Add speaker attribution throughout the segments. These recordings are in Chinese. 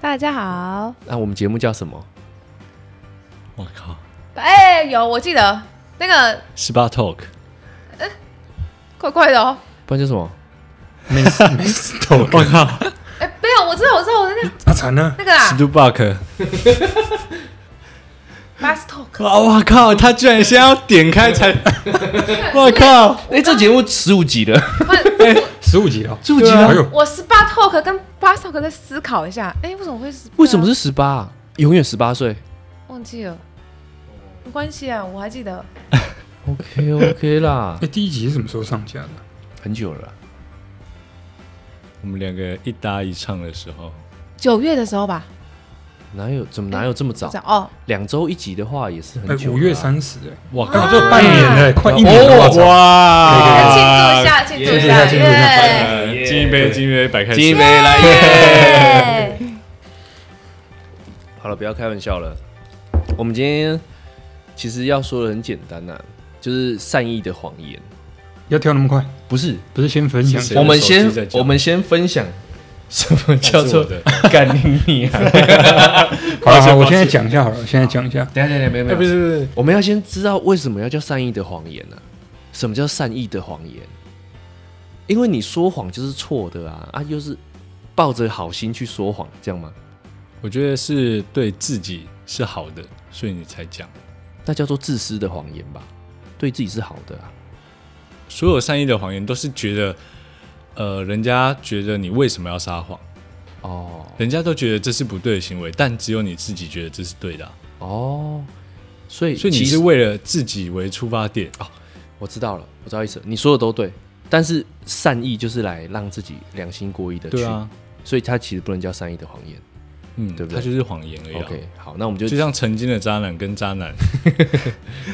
Speaker 1: 大家好，
Speaker 2: 那、我们节目叫什么？
Speaker 3: 我靠，
Speaker 1: 哎、有我记得那个
Speaker 3: 十八 talk
Speaker 1: 怪怪的哦，
Speaker 2: 不然叫什么？
Speaker 3: talk，我靠
Speaker 1: 哎、没有，我知道，我知道，我那
Speaker 4: 啊惨了，
Speaker 1: 那个啦
Speaker 3: s t u b a k
Speaker 1: ，Bus Talk，
Speaker 3: 啊，我靠，他居然先要点开才，我靠，
Speaker 2: 哎、这节目十五集了，
Speaker 4: 十五集了，
Speaker 2: 十五啊
Speaker 3: 集了
Speaker 4: 哎呦，
Speaker 1: 我十八 Talk 跟 Bus Talk 在思考一下，哎、为什么会是？
Speaker 2: 为什么是十八、啊？永远十八岁。
Speaker 1: 忘记了？没关系啊，我还记得。
Speaker 2: OK OK 啦，
Speaker 4: 哎，第一集是什么时候上架的？
Speaker 2: 很久了啦，
Speaker 3: 我们两个一搭一唱的时候，
Speaker 1: 九月的时候吧，
Speaker 2: 哪有怎么哪有这么早
Speaker 1: 这？样哦，
Speaker 2: 两周一集的话也是
Speaker 4: 哎
Speaker 2: 很，久、啊
Speaker 4: 五月，三十，哎，
Speaker 3: 我
Speaker 4: 刚
Speaker 3: 靠
Speaker 4: 好，这半年了，快一年了，
Speaker 3: 哦
Speaker 4: 我
Speaker 1: 要庆
Speaker 3: 哇
Speaker 1: 祝一，下，庆祝一
Speaker 4: 耶
Speaker 1: 下，
Speaker 4: 庆祝一下
Speaker 1: 耶！
Speaker 3: 呃敬一杯，敬一杯，白开水，
Speaker 2: 金杯
Speaker 1: 哎
Speaker 2: 来
Speaker 1: 啊
Speaker 2: 耶！
Speaker 1: 耶
Speaker 2: 好了，不要开玩笑了。我们今天其实要说的很简单呐、就是善意的谎言，
Speaker 4: 要跳那么快？
Speaker 2: 不是？
Speaker 4: 不是先分享
Speaker 3: 是
Speaker 2: 我们
Speaker 3: 手
Speaker 2: 先
Speaker 3: 机在叫
Speaker 2: 我们先分享什么叫
Speaker 3: 是我
Speaker 2: 做
Speaker 3: 的
Speaker 2: 干你 你啊！
Speaker 4: 好了，好了我现在讲一下好了，我现在讲一下，
Speaker 2: 等一下等一下没有没
Speaker 3: 哎，
Speaker 2: 有
Speaker 3: 不，是 不是，
Speaker 2: 我们要先知道为什么要叫善意的谎言呢、什么叫善意的谎言？因为你说谎就是错的啊啊，又是抱着好心去说谎，这样吗？
Speaker 3: 我觉得是对自己是好的，所以你才讲。
Speaker 2: 那叫做自私的谎言吧，对自己是好的啊。
Speaker 3: 所有善意的谎言都是觉得，呃，人家觉得你为什么要撒谎，
Speaker 2: 哦
Speaker 3: 人家都觉得这是不对的行为，但只有你自己觉得这是对的啊、
Speaker 2: 哦，所以
Speaker 3: 所以你
Speaker 2: 其
Speaker 3: 是
Speaker 2: 实哦
Speaker 3: 为了自己为出发点，
Speaker 2: 我知道了，我知道意思了，你说的都对，但是善意就是来让自己良心过意的去，
Speaker 3: 对啊，
Speaker 2: 所以它其实不能叫善意的谎言。
Speaker 3: 嗯，
Speaker 2: 对不对
Speaker 3: 它就是谎言而已、啊。
Speaker 2: OK，好，那我们就
Speaker 3: 就像曾经的渣男跟渣男，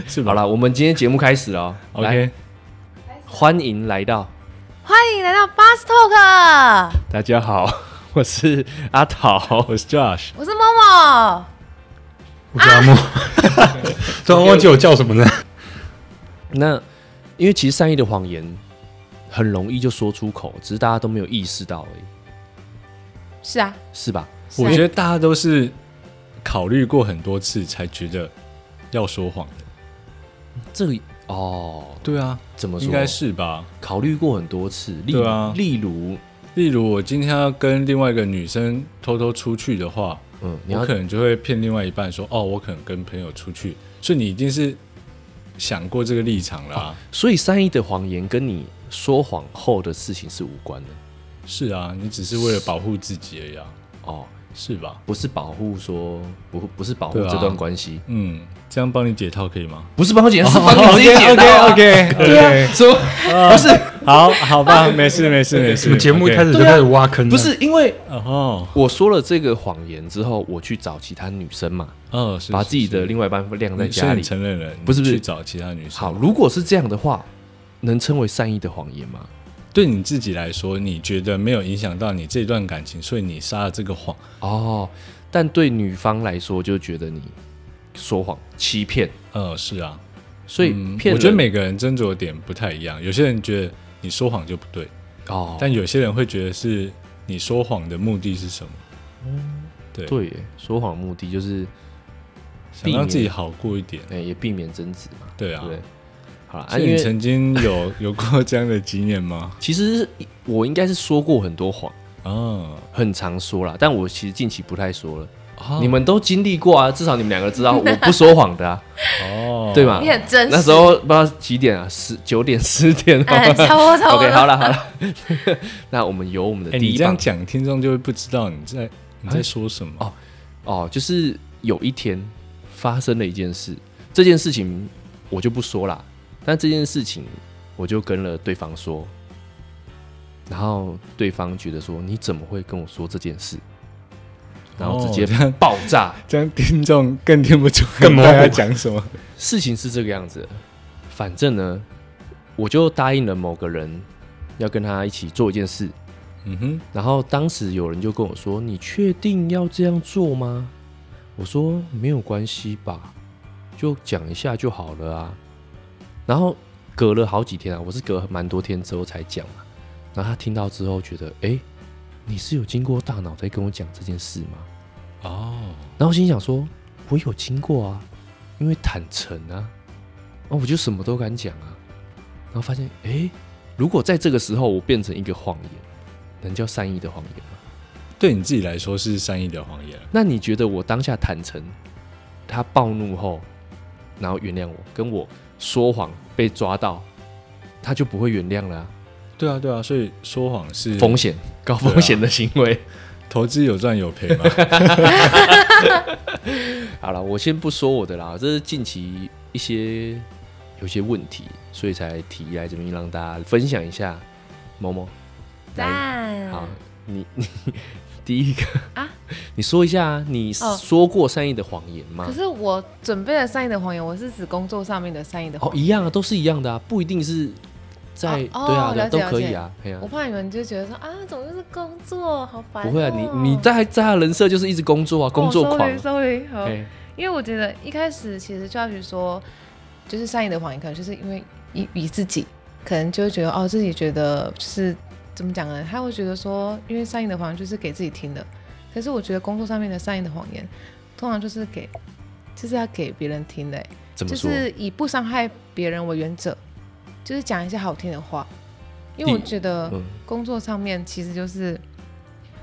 Speaker 3: 是吧
Speaker 2: 嗯好了，我们今天节目开始了哦，来
Speaker 3: ？OK，
Speaker 2: 欢迎来到。
Speaker 1: 欢迎来到 Bus Talk，
Speaker 2: 大家好，我是阿桃。
Speaker 3: 我是 Josh，
Speaker 1: 我是默默。
Speaker 4: 我叫 阿莫，突然忘记我叫什么了。
Speaker 2: 那因为其实善意的谎言很容易就说出口，只是大家都没有意识到而已，
Speaker 1: 是啊，
Speaker 2: 是吧？
Speaker 1: 是啊
Speaker 3: 我觉得大家都是考虑过很多次才觉得要说谎的。
Speaker 2: 这个哦，
Speaker 3: 对啊，
Speaker 2: 怎么说？
Speaker 3: 应该是吧？
Speaker 2: 考虑过很多次，例
Speaker 3: 对啊
Speaker 2: 例如，
Speaker 3: 例如我今天要跟另外一个女生偷偷出去的话，
Speaker 2: 嗯，你
Speaker 3: 我
Speaker 2: 要
Speaker 3: 可能就会骗另外一半说：“哦，我可能跟朋友出去。”所以你一定是想过这个立场啦、
Speaker 2: 所以善意的谎言跟你说谎后的事情是无关的
Speaker 3: 是啊，你只是为了保护自己而已、啊，
Speaker 2: 哦，
Speaker 3: 是吧？
Speaker 2: 不是保护说不不是保护
Speaker 3: 对啊
Speaker 2: 这段关系，
Speaker 3: 嗯，这样帮你解套可以吗？
Speaker 2: 不是帮我解
Speaker 3: 哦
Speaker 2: 释，是帮你自己解答啊。
Speaker 3: OK
Speaker 2: 对啊，说不是
Speaker 3: 好好吧，没事没事没
Speaker 4: 我
Speaker 3: 事。
Speaker 4: 们节目一开始就
Speaker 2: 对啊
Speaker 4: 开始挖坑了，
Speaker 2: 不是因为
Speaker 3: 哦
Speaker 2: 我说了这个谎言之后，我去找其他女生嘛，
Speaker 3: 哦，是
Speaker 2: 把自己的
Speaker 3: 是
Speaker 2: 另外一半晾在
Speaker 3: 是所
Speaker 2: 家
Speaker 3: 以你
Speaker 2: 里。
Speaker 3: 承认了，
Speaker 2: 不是
Speaker 3: 你
Speaker 2: 不是
Speaker 3: 去找其他女生。
Speaker 2: 好，，如果是这样的话，能称为善意的谎言吗？
Speaker 3: 对你自己来说，你觉得没有影响到你这段感情，所以你撒了这个谎。
Speaker 2: 哦，但对女方来说，就觉得你说谎、欺骗，
Speaker 3: 呃，是啊，
Speaker 2: 所以
Speaker 3: 嗯
Speaker 2: 骗人、
Speaker 3: 我觉得每个人斟酌点不太一样，有些人觉得你说谎就不对，
Speaker 2: 哦，
Speaker 3: 但有些人会觉得是你说谎的目的是什么？对，
Speaker 2: 对耶，说谎的目的就是
Speaker 3: 想让自己好过一点。
Speaker 2: 哎、也避免争执嘛，
Speaker 3: 对
Speaker 2: 对
Speaker 3: 啊
Speaker 2: 不，对？好了，啊，
Speaker 3: 所以
Speaker 2: 因
Speaker 3: 你
Speaker 2: 为
Speaker 3: 曾经有有过这样的经验吗？
Speaker 2: 其实我应该是说过很多谎，
Speaker 3: 哦，
Speaker 2: 很常说啦，但我其实近期不太说了。
Speaker 3: 哦
Speaker 2: 你们都经历过啊，至少你们两个知道我不说谎的啊，
Speaker 3: 哦，
Speaker 2: 对吧
Speaker 1: 你？很真实。
Speaker 2: 啊那时候不知道几点啊，十九点十点吗
Speaker 1: 哎，差不多，差不多。
Speaker 2: OK，好了好了， 那我们有我们的
Speaker 3: 哎，
Speaker 2: 第
Speaker 3: 你
Speaker 2: 一
Speaker 3: 这样
Speaker 2: 棒
Speaker 3: 讲，听众就会不知道你在你在说什么。
Speaker 2: 哦哦，就是有一天发生了一件事，这件事情我就不说啦，但这件事情我就跟了对方说，然后对方觉得说你怎么会跟我说这件事，然后直接
Speaker 3: 哦这样
Speaker 2: 爆炸，
Speaker 3: 这样听众更听不出
Speaker 4: 更模糊
Speaker 3: 大家讲什么。
Speaker 2: 事情是这个样子的，反正呢，我就答应了某个人要跟他一起做一件事，
Speaker 3: 嗯哼，
Speaker 2: 然后当时有人就跟我说：“你确定要这样做吗？”我说：“没有关系吧，就讲一下就好了啊。”然后隔了好几天啊，我是隔蛮多天之后才讲嘛。然后他听到之后觉得：“哎，你是有经过大脑在跟我讲这件事吗？”
Speaker 3: 哦，
Speaker 2: 然后我心想说，我有经过啊，因为坦诚啊，啊，我就什么都敢讲啊。然后发现，诶，如果在这个时候我变成一个谎言，能叫善意的谎言吗？
Speaker 3: 对你自己来说是善意的谎言，
Speaker 2: 那你觉得我当下坦诚，他暴怒后，然后原谅我，跟我说谎被抓到，他就不会原谅了啊、
Speaker 3: 对啊，对啊，所以说谎是
Speaker 2: 风险高
Speaker 3: 对啊
Speaker 2: 风险的行为。
Speaker 3: 投资有赚有赔嘛，
Speaker 2: 好了，我先不说我的啦，这是近期一些有些问题，所以才提来这边让大家分享一下。某某，来，
Speaker 1: 赞
Speaker 2: 好，你你 第一个
Speaker 1: 嗯啊，
Speaker 2: 你说一下啊，你
Speaker 1: 哦
Speaker 2: 说过善意的谎言吗
Speaker 1: 可？是我准备的善意的谎言，我是指工作上面的善意的
Speaker 2: 哦
Speaker 1: 谎，言。
Speaker 2: 一样啊，都是一样的啊，不一定是在
Speaker 1: 哦哦
Speaker 2: 对啊，对啊
Speaker 1: 了解
Speaker 2: 都可以啊，哎呀
Speaker 1: 我，怕你们就觉得说啊，怎么就是工作，哦好烦、
Speaker 2: 不会啊，你你在在他人设就是一直工作
Speaker 1: 哦
Speaker 2: 啊，工作狂啊，
Speaker 1: s o r r y sorry，好。
Speaker 2: 哎，
Speaker 1: 因为我觉得一开始其实教育说，就是善意的谎言，可能就是因为以以自己，可能就会觉得哦，自己觉得就是怎么讲呢？他会觉得说，因为善意的谎言就是给自己听的。可是我觉得工作上面的善意的谎言，通常就是给，就是要给别人听的、
Speaker 2: 怎么
Speaker 1: 就
Speaker 2: 说？
Speaker 1: 是以不伤害别人为原则，就是讲一些好听的话。因为我
Speaker 2: 第
Speaker 1: 觉得
Speaker 2: 嗯
Speaker 1: 工作上面其实就是，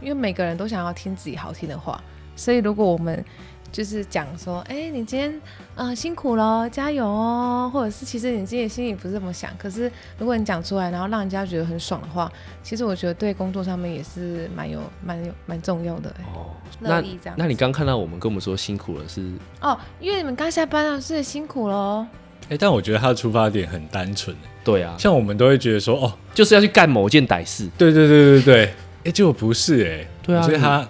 Speaker 1: 因为每个人都想要听自己好听的话，所以如果我们就是讲说，哎、你今天呃辛苦咯，加油哦，或者是其实你自己心里不是这么想，可是如果你讲出来，然后让人家觉得很爽的话，其实我觉得对工作上面也是蛮有蛮有蛮重要的、哎
Speaker 2: 哦，
Speaker 1: 乐
Speaker 2: 那
Speaker 1: 意这样
Speaker 2: 那你刚看到我们跟我们说辛苦了是
Speaker 1: 哦，因为你们刚下班啊，所以辛苦喽。
Speaker 3: 哎、但我觉得他的出发点很单纯，
Speaker 2: 对啊，
Speaker 3: 像我们都会觉得说，哦，
Speaker 2: 就是要去干某件歹事。
Speaker 3: 对对对对对，哎、结果不是哎、
Speaker 2: 对啊
Speaker 3: 所以
Speaker 2: 你
Speaker 3: 他，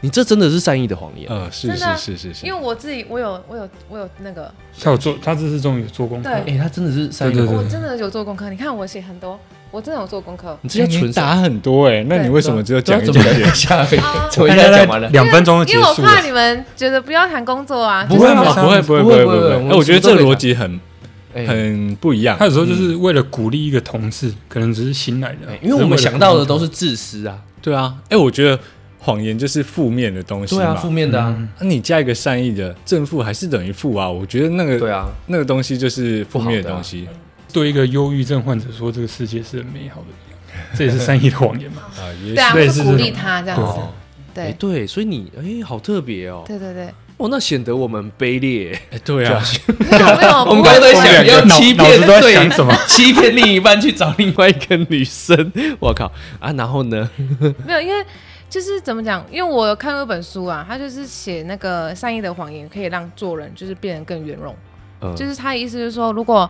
Speaker 2: 你这真的是善意的谎言。
Speaker 3: 嗯，是
Speaker 1: 真的啊
Speaker 3: 是是是是，
Speaker 1: 因为我自己，我有，我有，我有那个，
Speaker 4: 他有做，他这次终于有做功课。
Speaker 1: 对
Speaker 2: 哎、他真的是善意的谎
Speaker 1: 哦我
Speaker 2: 言。
Speaker 1: 真的有做功课。你看我写很多，我真的有做功课。
Speaker 2: 你
Speaker 3: 这
Speaker 2: 这叫
Speaker 3: 你
Speaker 2: 纯傻。
Speaker 3: 打很多哎、那你
Speaker 1: 对
Speaker 3: 为什么只有讲一
Speaker 2: 怎
Speaker 3: 讲
Speaker 2: 么？等一下 而已？
Speaker 1: 啊
Speaker 2: 怎么一下讲完了？
Speaker 4: 两分钟就
Speaker 1: 因为
Speaker 4: 结
Speaker 1: 我
Speaker 4: 束
Speaker 1: 怕
Speaker 4: 了。
Speaker 1: 你们觉得不要谈工作啊，
Speaker 2: 不
Speaker 1: 就是
Speaker 2: 会
Speaker 4: 吗
Speaker 1: 我
Speaker 3: 不会不会不会不会，
Speaker 2: 我
Speaker 3: 哎、
Speaker 2: 们
Speaker 3: 我觉得
Speaker 2: 什么都
Speaker 3: 这个
Speaker 2: 可以
Speaker 3: 逻
Speaker 2: 讲
Speaker 3: 辑很
Speaker 2: 哎、
Speaker 3: 很不一样。
Speaker 4: 他有时候就是为了鼓励一个同事，可能只是新来的
Speaker 2: 哎，因为我们想到的都是自私啊，
Speaker 3: 对啊，哎、我觉得谎言就是负面的东西
Speaker 2: 对
Speaker 3: 嘛。
Speaker 2: 啊，负面的啊，
Speaker 4: 嗯
Speaker 3: 那你加一个善意的，正负还是等于负啊？我觉得那个
Speaker 2: 对啊，
Speaker 3: 那个东西就是负面
Speaker 2: 不好的
Speaker 3: 的
Speaker 2: 啊
Speaker 3: 东西啊、
Speaker 4: 对一个忧郁症患者说这个世界是很美好的，这也是善意的谎言 嘛。
Speaker 3: 也
Speaker 1: 对啊，
Speaker 3: 许
Speaker 1: 会
Speaker 4: 类似这
Speaker 1: 鼓
Speaker 4: 种
Speaker 1: 励他这样子。
Speaker 3: 哦，
Speaker 2: 哎、
Speaker 1: 对
Speaker 2: 对，所以你哎、好特别哦，
Speaker 1: 对对对，
Speaker 2: 哦，那显得我们卑劣。
Speaker 3: 哎、对啊，
Speaker 1: 没有，
Speaker 2: 我们刚才在
Speaker 1: 不会
Speaker 2: 想要
Speaker 4: 脑
Speaker 2: 欺
Speaker 4: 脑
Speaker 2: 骗
Speaker 4: 子都在
Speaker 2: 对
Speaker 4: 想什么？
Speaker 2: 欺骗另一半去找另外一个女生， 我靠啊！然后呢？
Speaker 1: 没有，因为就是怎么讲？因为我有看过一本书啊，他就是写那个善意的谎言可以让做人就是变得更圆融。
Speaker 2: 嗯，
Speaker 1: 就是他的意思就是说，如果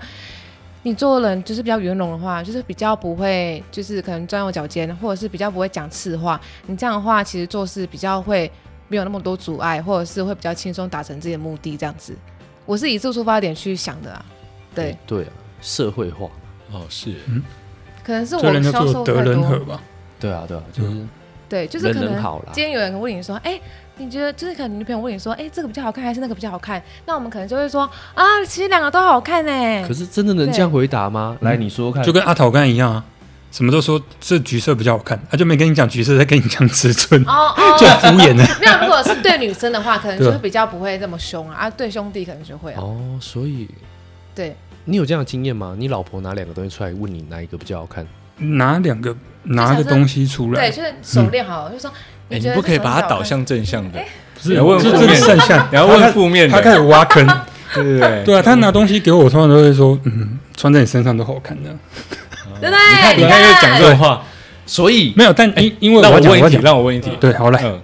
Speaker 1: 你做人就是比较圆融的话，就是比较不会就是可能钻牛角尖，或者是比较不会讲次话。你这样的话，其实做事比较会没有那么多阻碍，或者是会比较轻松达成自己的目的。这样子，我是以这个出发点去想的啊。对，
Speaker 2: 哎对啊，社会化。
Speaker 3: 哦是，
Speaker 1: 可能是
Speaker 4: 这
Speaker 1: 我
Speaker 4: 人叫
Speaker 1: 销售
Speaker 4: 做
Speaker 1: 太
Speaker 4: 德仁和
Speaker 1: 多。
Speaker 4: 吧？
Speaker 2: 对啊，对啊，就是、
Speaker 1: 对，就是可
Speaker 2: 人
Speaker 1: 能
Speaker 2: 人好啦
Speaker 1: 今天有人问你说，哎、你觉得就是可能你女朋友问你说，哎、这个比较好看还是那个比较好看？那我们可能就会说啊，其实两个都好看呢、
Speaker 2: 可 是真的能这样回答吗？来，你说说看。
Speaker 4: 就跟阿桃干一样啊，什么都说这橘色比较好看，啊他就没跟你讲橘色，在跟你讲尺寸，
Speaker 1: 哦哦，
Speaker 4: 就很敷衍的。
Speaker 1: 那如果是对女生的话，可能就
Speaker 4: 对
Speaker 1: 会比较不会这么凶啊，啊，对兄弟可能就会啊，
Speaker 2: 哦，所以
Speaker 1: 对，
Speaker 2: 你有这样的经验吗？你老婆拿两个东西出来问你哪一个比较好看？
Speaker 4: 拿两个拿个东西出来
Speaker 1: 对，，就是手练好了，就说
Speaker 3: 哎、
Speaker 1: 你觉得
Speaker 3: 你不可以
Speaker 1: 这手
Speaker 3: 把
Speaker 1: 是
Speaker 3: 它
Speaker 1: 小
Speaker 3: 导
Speaker 1: 的，
Speaker 3: 向正向的，
Speaker 4: 不是
Speaker 3: 你要问
Speaker 4: 这
Speaker 3: 负
Speaker 4: 这个
Speaker 3: 面的
Speaker 4: 善向，
Speaker 3: 你要问负面
Speaker 4: 他
Speaker 3: 的，
Speaker 4: 开始挖坑。
Speaker 3: 对对对
Speaker 4: 对啊，他拿东西给我，通常都会说，嗯，穿在你身上都好看的。
Speaker 1: 对不
Speaker 3: 你
Speaker 1: 对？
Speaker 3: 看你看又讲这
Speaker 1: 对
Speaker 3: 种话，
Speaker 2: 所以
Speaker 4: 没有，但因因为
Speaker 3: 让
Speaker 4: 我
Speaker 3: 哎我
Speaker 4: 讲
Speaker 3: 问一
Speaker 4: 我
Speaker 3: 题，
Speaker 4: 讲，
Speaker 3: 让我问一题，
Speaker 4: 对，好来，
Speaker 3: 嗯，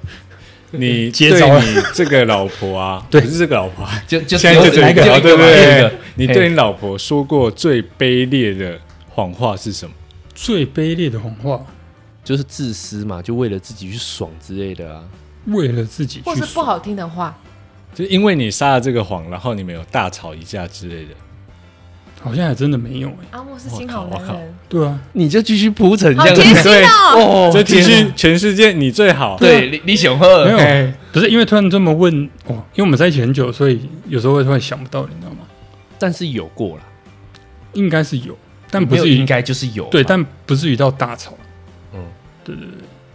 Speaker 3: 你
Speaker 4: 接
Speaker 3: 对
Speaker 4: 招了
Speaker 3: 你这个老婆啊，
Speaker 4: 对
Speaker 3: 不是这个老婆啊，
Speaker 2: 就就
Speaker 3: 现在就
Speaker 2: 只
Speaker 3: 只
Speaker 2: 有
Speaker 3: 有
Speaker 2: 一
Speaker 3: 一个，
Speaker 2: 个
Speaker 3: 对哦
Speaker 2: 嘛，
Speaker 3: 对
Speaker 2: 只有一
Speaker 3: 对
Speaker 2: 个。
Speaker 3: 你对你老婆说过最卑劣的谎话是什么？
Speaker 4: 最卑劣的谎话，
Speaker 2: 就是自私嘛，就为了自己去爽之类的啊。
Speaker 4: 为了自己
Speaker 1: 或
Speaker 4: 去
Speaker 1: 是不
Speaker 4: 爽，
Speaker 1: 好听的话，
Speaker 3: 就因为你撒了这个谎，然后你们有大吵一架之类的。
Speaker 4: 好像还真的没有哎。
Speaker 1: 阿莫是心好男
Speaker 3: 我靠
Speaker 1: 人，
Speaker 4: 对啊，
Speaker 2: 你就继续铺成
Speaker 1: 好
Speaker 2: 这样
Speaker 1: 贴
Speaker 2: 子，
Speaker 1: 心 哦，
Speaker 2: 哦
Speaker 3: 这题是全世界你最好。
Speaker 2: 对，李李雄
Speaker 4: 没
Speaker 2: 鹤，
Speaker 4: 有，不是因为突然这么问哦，因为我们在一起很久，所以有时候会突然想不到，你知道吗？
Speaker 2: 但是有过啦，
Speaker 4: 应该是有，但不
Speaker 2: 没有
Speaker 4: 至
Speaker 2: 应
Speaker 4: 于
Speaker 2: 该就是有嘛，
Speaker 4: 对，但不至于到大吵。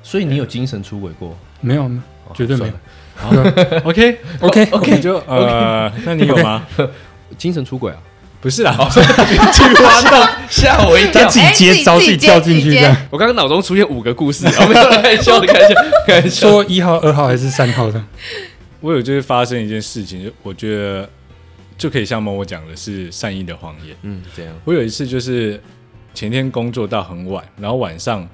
Speaker 2: 所以你有精神出轨过？
Speaker 4: 没有吗？
Speaker 2: 哦
Speaker 4: 绝对没
Speaker 2: 算
Speaker 4: 有
Speaker 2: 了。
Speaker 3: 好，OK
Speaker 4: OK，
Speaker 3: OK，就呃，那你有吗？
Speaker 2: 精神出轨 啊！
Speaker 3: 不是啦，
Speaker 2: 吓我一
Speaker 4: 他自己
Speaker 1: 哎自
Speaker 4: 接
Speaker 1: 己
Speaker 4: 招，自己
Speaker 1: 接
Speaker 4: 跳
Speaker 1: 自己
Speaker 4: 进去
Speaker 1: 接
Speaker 4: 这样。
Speaker 2: 我刚刚脑中出现五个故事， 啊，没有开玩笑的，开玩笑，开玩笑。
Speaker 4: 说一号、二号还是三号的？
Speaker 3: 我有就是发生一件事情，就我觉得就可以像某我讲的是善意的谎言。
Speaker 2: 嗯，怎样？
Speaker 3: 我有一次就是前天工作到很晚，然后晚上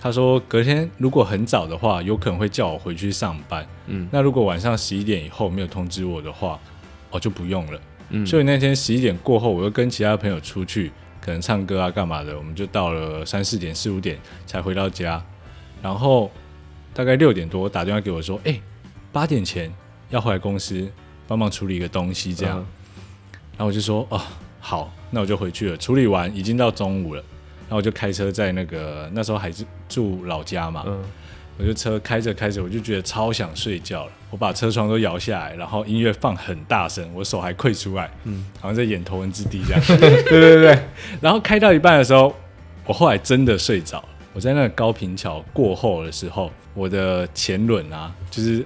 Speaker 3: 他说隔天如果很早的话，有可能会叫我回去上班。
Speaker 2: 嗯
Speaker 3: 那如果晚上十一点以后没有通知我的话，哦就不用了。
Speaker 2: 嗯，
Speaker 3: 所以那天十一点过后，我又跟其他朋友出去，可能唱歌啊干嘛的，我们就到了三四点、四五点才回到家。然后大概六点多打电话给我说：“哎、八点前要回来公司帮忙处理一个东西。”
Speaker 2: 嗯
Speaker 3: 这样，然后我就说：“哦，好，那我就回去了。”处理完已经到中午了，然后我就开车在那个那时候还是住老家嘛，
Speaker 2: 嗯，
Speaker 3: 我就车开着开着，我就觉得超想睡觉了。我把车窗都摇下来，然后音乐放很大声，我手还溃出来，嗯，好像在演《头文字 D》这样。 对对对。然后开到一半的时候，我后来真的睡着了。我在那个高平桥过后的时候，我的前轮啊，就是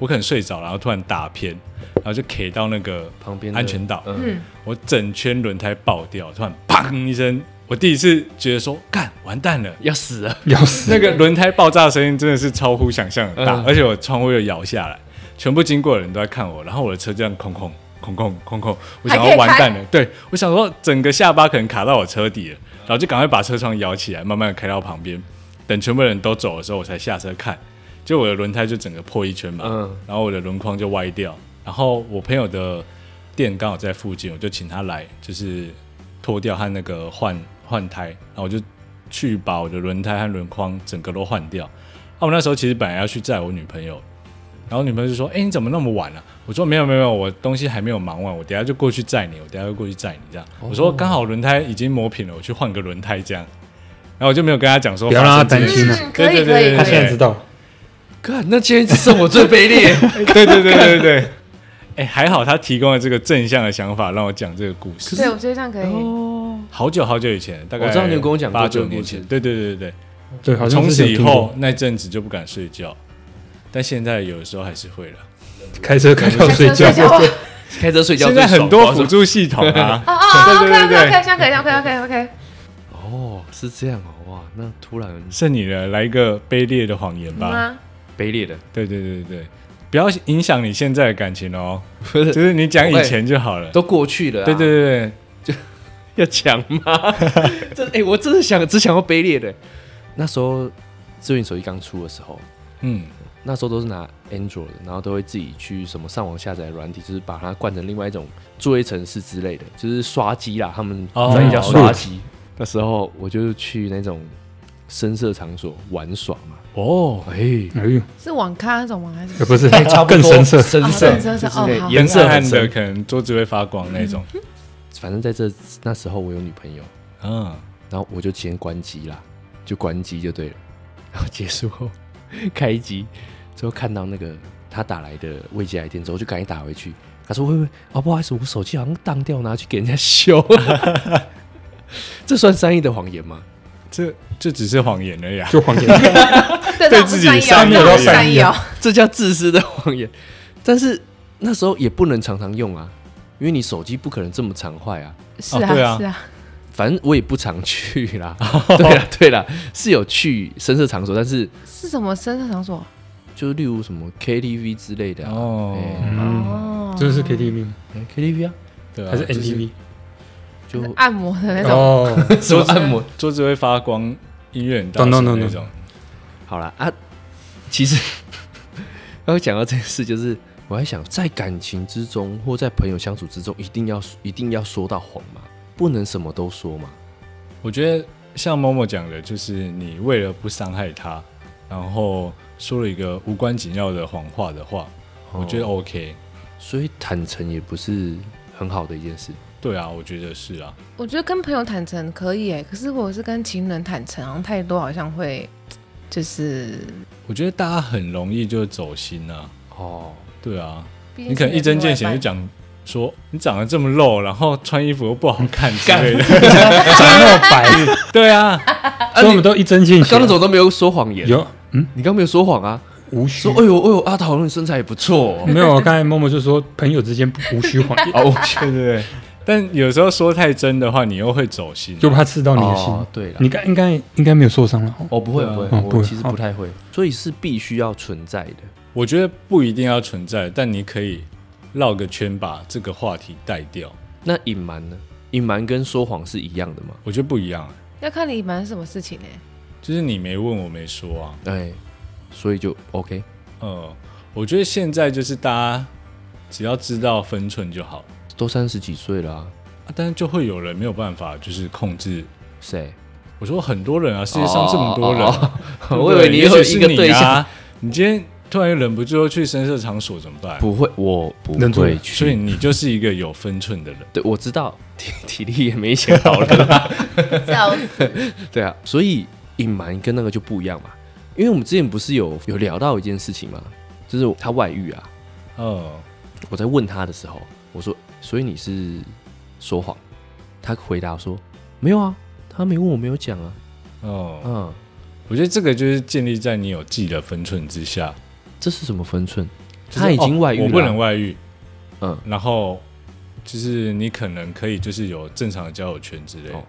Speaker 3: 我可能睡着，然后突然打偏，然后就 K 到那个
Speaker 2: 旁边的
Speaker 3: 安全岛，
Speaker 2: 嗯，
Speaker 1: 嗯，
Speaker 3: 我整圈轮胎爆掉，突然砰一声，我第一次觉得说，干完蛋了。
Speaker 2: 要死了，
Speaker 4: 要死！
Speaker 3: 那个轮胎爆炸的声音真的是超乎想象的大，
Speaker 2: 嗯
Speaker 3: 而且我窗户又摇下来，全部经过的人都在看我，然后我的车这样空空空空空空，我想
Speaker 1: 还可
Speaker 3: 要
Speaker 1: 以
Speaker 3: 完
Speaker 1: 开
Speaker 3: 蛋了，对我想说整个下巴可能卡到我车底了，然后就赶快把车窗摇起来，慢慢的开到旁边，等全部人都走的时候，我才下车看，就我的轮胎就整个破一圈嘛，
Speaker 2: 嗯
Speaker 3: 然后我的轮框就歪掉，然后我朋友的店刚好在附近，我就请他来，就是脱掉和那个换换胎，然后我就去把我的轮胎和轮框整个都换掉。啊，我那时候其实本来要去载我女朋友，然后女朋友就说：“哎、你怎么那么晚了、我说：“没有没有没有，我东西还没有忙完，我等一下就过去载你，我等一下就过去载你。”这样，我说刚好轮胎已经磨平了，我去换个轮胎这样。然后我就没有跟他讲说
Speaker 4: 不要
Speaker 3: 发
Speaker 4: 让
Speaker 3: 生
Speaker 4: 他
Speaker 3: 这
Speaker 4: 担
Speaker 3: 件事
Speaker 4: 心啊
Speaker 1: 嗯可以
Speaker 3: 对对
Speaker 1: 可以
Speaker 3: 对
Speaker 4: 他
Speaker 3: 对
Speaker 4: 现在
Speaker 1: 可以，
Speaker 4: 知道，
Speaker 2: 干，那今天剩我最卑劣。
Speaker 3: 对对对对对。 哎、还好他提供了这个正向的想法，让我讲这个故事。
Speaker 1: 对我觉得这样可以。
Speaker 2: 哦，
Speaker 3: 好久好久以前，大概
Speaker 2: 我知道你有跟我讲过
Speaker 3: 八
Speaker 2: 这
Speaker 3: 九
Speaker 2: 个故
Speaker 3: 年
Speaker 2: 事
Speaker 3: 前，对对对对
Speaker 4: 对，好
Speaker 3: 对。
Speaker 4: 像
Speaker 3: 从
Speaker 4: 是
Speaker 3: 此
Speaker 4: 有
Speaker 3: 以
Speaker 4: 听
Speaker 3: 后
Speaker 4: 过
Speaker 3: 那阵子就不敢睡觉，但现在有的时候还是会了。
Speaker 4: 开车开到
Speaker 1: 开车
Speaker 4: 睡
Speaker 1: 睡，
Speaker 4: 觉
Speaker 1: 觉
Speaker 2: 开车睡觉
Speaker 3: 现
Speaker 2: 最
Speaker 3: 在
Speaker 2: 爽。
Speaker 3: 很多
Speaker 2: 我
Speaker 3: 辅
Speaker 2: 说
Speaker 3: 助系统啊，
Speaker 1: 哦哦哦
Speaker 3: 对
Speaker 1: ，OK OK
Speaker 3: 对对
Speaker 1: OK，
Speaker 3: 对
Speaker 1: 这样可以，这样可以，OK OK。
Speaker 2: 哦，是这样哦，哇，那突然
Speaker 3: 剩你了，来一个卑劣的谎言吧。
Speaker 1: 吗？
Speaker 2: 卑劣的，
Speaker 3: 对对对对对，不要影响你现在的感情哦，
Speaker 2: 不
Speaker 3: 就是是你讲以前就好了。
Speaker 2: 都过去了啊。
Speaker 3: 对对对
Speaker 2: 要讲 吗？真哎、我真的想只想要卑劣的。那时候智云手机刚出的时候，
Speaker 3: 对，嗯，
Speaker 2: 那时候都是拿 Android，的然后都会自己去什么上网下载的软体，就是把它灌成另外一种作业程式之类的，就是刷机啦，他们
Speaker 3: 哦
Speaker 2: 专业叫刷机。那时候我就去那种深色场所玩耍嘛，
Speaker 3: 哦，
Speaker 2: 哎、
Speaker 4: 哎呦，
Speaker 1: 是网咖那种吗？还是
Speaker 4: 也不是
Speaker 2: 差不
Speaker 4: 更
Speaker 2: 多
Speaker 4: 深色，
Speaker 2: 深
Speaker 1: 哦
Speaker 2: 色，
Speaker 1: 更深色
Speaker 2: 就是那
Speaker 1: 哦好
Speaker 2: 颜色
Speaker 3: 很暗
Speaker 2: 很
Speaker 3: 的，
Speaker 2: 深。
Speaker 3: 可能桌子会发光那种。
Speaker 2: 反正在这那时候我有女朋友，
Speaker 3: 嗯，
Speaker 2: 然后我就先关机啦，就关机就对了。 然后结束后开机之后看到那个他打来的未接来电之后，我就赶紧打回去。他说：“喂喂，哦，不好意思，我手机好像当掉，拿去给人家修。”这算善意的谎言吗？
Speaker 3: 这这只是谎言而已啊。
Speaker 4: 就谎言。
Speaker 1: 对这
Speaker 3: 对
Speaker 1: 种不
Speaker 3: 自己
Speaker 1: 善意哦
Speaker 3: 善意
Speaker 1: 这种
Speaker 3: 都
Speaker 1: 不
Speaker 3: 善
Speaker 1: 善
Speaker 4: 意
Speaker 1: 意哦。
Speaker 2: 这叫自私的谎言。但是那时候也不能常常用啊，因为你手机不可能这么常坏啊。
Speaker 1: 是
Speaker 3: 哦对
Speaker 1: 啊
Speaker 3: 啊
Speaker 1: 是啊，
Speaker 2: 反正我也不常去啦。对啦对啦，是有去深色场所，但是
Speaker 1: 是什么深色场所？
Speaker 2: 就例如什么 KTV 之类的啊。
Speaker 3: 哦
Speaker 2: 哎
Speaker 4: 嗯，
Speaker 1: 哦，
Speaker 4: 这是 KTV 吗
Speaker 2: 哎 KTV 啊，
Speaker 3: 对啊，
Speaker 4: 还是
Speaker 3: 就是
Speaker 4: NTV？
Speaker 2: 就
Speaker 1: 按摩的那啊种。
Speaker 4: 哦，
Speaker 2: 什么按摩？
Speaker 3: 桌子会发光，音乐很大声
Speaker 4: No, no, no,
Speaker 3: 那种。
Speaker 2: 好了啊，其实刚刚讲到这件事，就是我还想，在感情之中或在朋友相处之中，一定要一定要说到谎嘛，不能什么都说嘛。
Speaker 3: 我觉得像某某讲的，就是你为了不伤害他，然后说了一个无关紧要的谎话的话，
Speaker 2: 哦
Speaker 3: 我觉得 OK。
Speaker 2: 所以坦诚也不是很好的一件事。
Speaker 3: 对啊，我觉得是啊。
Speaker 1: 我觉得跟朋友坦诚可以诶，可是我是跟情人坦诚，好像太多，好像会就是。
Speaker 3: 我觉得大家很容易就走心啊。
Speaker 2: 哦，
Speaker 3: 对啊，
Speaker 1: 毕竟
Speaker 3: 你可能一针见血就
Speaker 1: 情人
Speaker 3: 讲说你长得这么肉，然后穿衣服又不好看之类的。
Speaker 4: 长那么白，
Speaker 3: 对啊，
Speaker 4: 所以我们都一针见血。啊
Speaker 2: 刚刚怎么都没有说谎言？
Speaker 4: 有，嗯，
Speaker 2: 你刚刚没有说谎啊？
Speaker 4: 无需
Speaker 2: 说，哎呦哎呦，阿桃你身材也不错哦、
Speaker 4: 没有，我刚才默默就说朋友之间不无需谎言，
Speaker 2: 哦，
Speaker 3: 对对对。但有时候说太真的话，你又会走心。啊
Speaker 4: 就怕刺到你的心。
Speaker 2: 哦，对了，
Speaker 4: 你该应该应该没有受伤了哦。
Speaker 2: 哦不会不
Speaker 4: 哦
Speaker 2: 会，
Speaker 4: 不
Speaker 2: 我
Speaker 4: 会
Speaker 2: 其实不太会，所以是必须要存在的。
Speaker 3: 我觉得不一定要存在，但你可以绕个圈把这个话题带掉。
Speaker 2: 那隐瞒呢？隐瞒跟说谎是一样的吗？
Speaker 3: 我觉得不一样，
Speaker 1: 要看你瞒什么事情呢、
Speaker 3: 就是你没问我没说啊。
Speaker 2: 哎，所以就 OK。
Speaker 3: 呃，我觉得现在就是大家只要知道分寸就好，
Speaker 2: 都三十几岁了、啊，
Speaker 3: 啊、但是就会有人没有办法就是控制。
Speaker 2: 谁？
Speaker 3: 我说很多人啊，世界上这么多人，
Speaker 2: 哦哦哦
Speaker 3: 对 不
Speaker 2: 我以
Speaker 3: 对
Speaker 2: 为你
Speaker 3: 也许
Speaker 2: 有
Speaker 3: 是
Speaker 2: 一个
Speaker 3: 你
Speaker 2: 对象，
Speaker 3: 啊，你今天突然忍不住要去深色场所怎么办？
Speaker 2: 不会，我不
Speaker 4: 忍住
Speaker 2: 会
Speaker 4: 了
Speaker 2: 去。
Speaker 3: 所以你就是一个有分 寸的人。
Speaker 2: 对，我知道体体力也没以前好了啦。
Speaker 1: 笑
Speaker 2: 对啊，所以隐瞒跟那个就不一样嘛。因为我们之前不是有有聊到一件事情嘛，就是他外遇啊。
Speaker 3: 哦，
Speaker 2: 我在问他的时候，我说：“所以你是说谎？”他回答说：“没有啊，他没问我没有讲啊。”
Speaker 3: 哦，
Speaker 2: 嗯，
Speaker 3: 我觉得这个就是建立在你有自己的分寸之下。
Speaker 2: 这是什么分寸？
Speaker 3: 就是
Speaker 2: 他已经外遇
Speaker 3: 哦
Speaker 2: 了，
Speaker 3: 我不能外遇。
Speaker 2: 嗯，
Speaker 3: 然后就是你可能可以就是有正常的交友圈之类的。
Speaker 2: 哦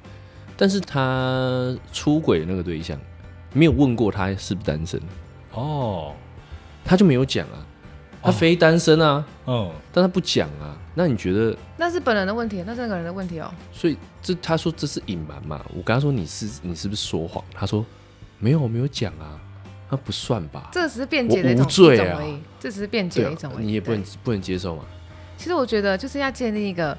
Speaker 2: 但是他出轨的那个对象没有问过他是不是单身，
Speaker 3: 哦，
Speaker 2: 他就没有讲啊，他非单身啊，
Speaker 3: 嗯，
Speaker 2: 但他不讲啊。那你觉得？
Speaker 1: 那是本人的问题，那是那个人的问题哦。
Speaker 2: 所以这他说这是隐瞒嘛？我跟他说你是你是不是说谎？他说没有我没有讲啊，那不算吧？
Speaker 1: 这只是辩解的一
Speaker 2: 我
Speaker 1: 种
Speaker 2: 无罪
Speaker 1: 一种
Speaker 2: 啊
Speaker 1: 而已，这只是辩解
Speaker 2: 对
Speaker 1: 的
Speaker 2: 啊
Speaker 1: 一种而已。
Speaker 2: 你也不能
Speaker 1: 对
Speaker 2: 不能接受嘛？
Speaker 1: 其实我觉得就是要建立一个，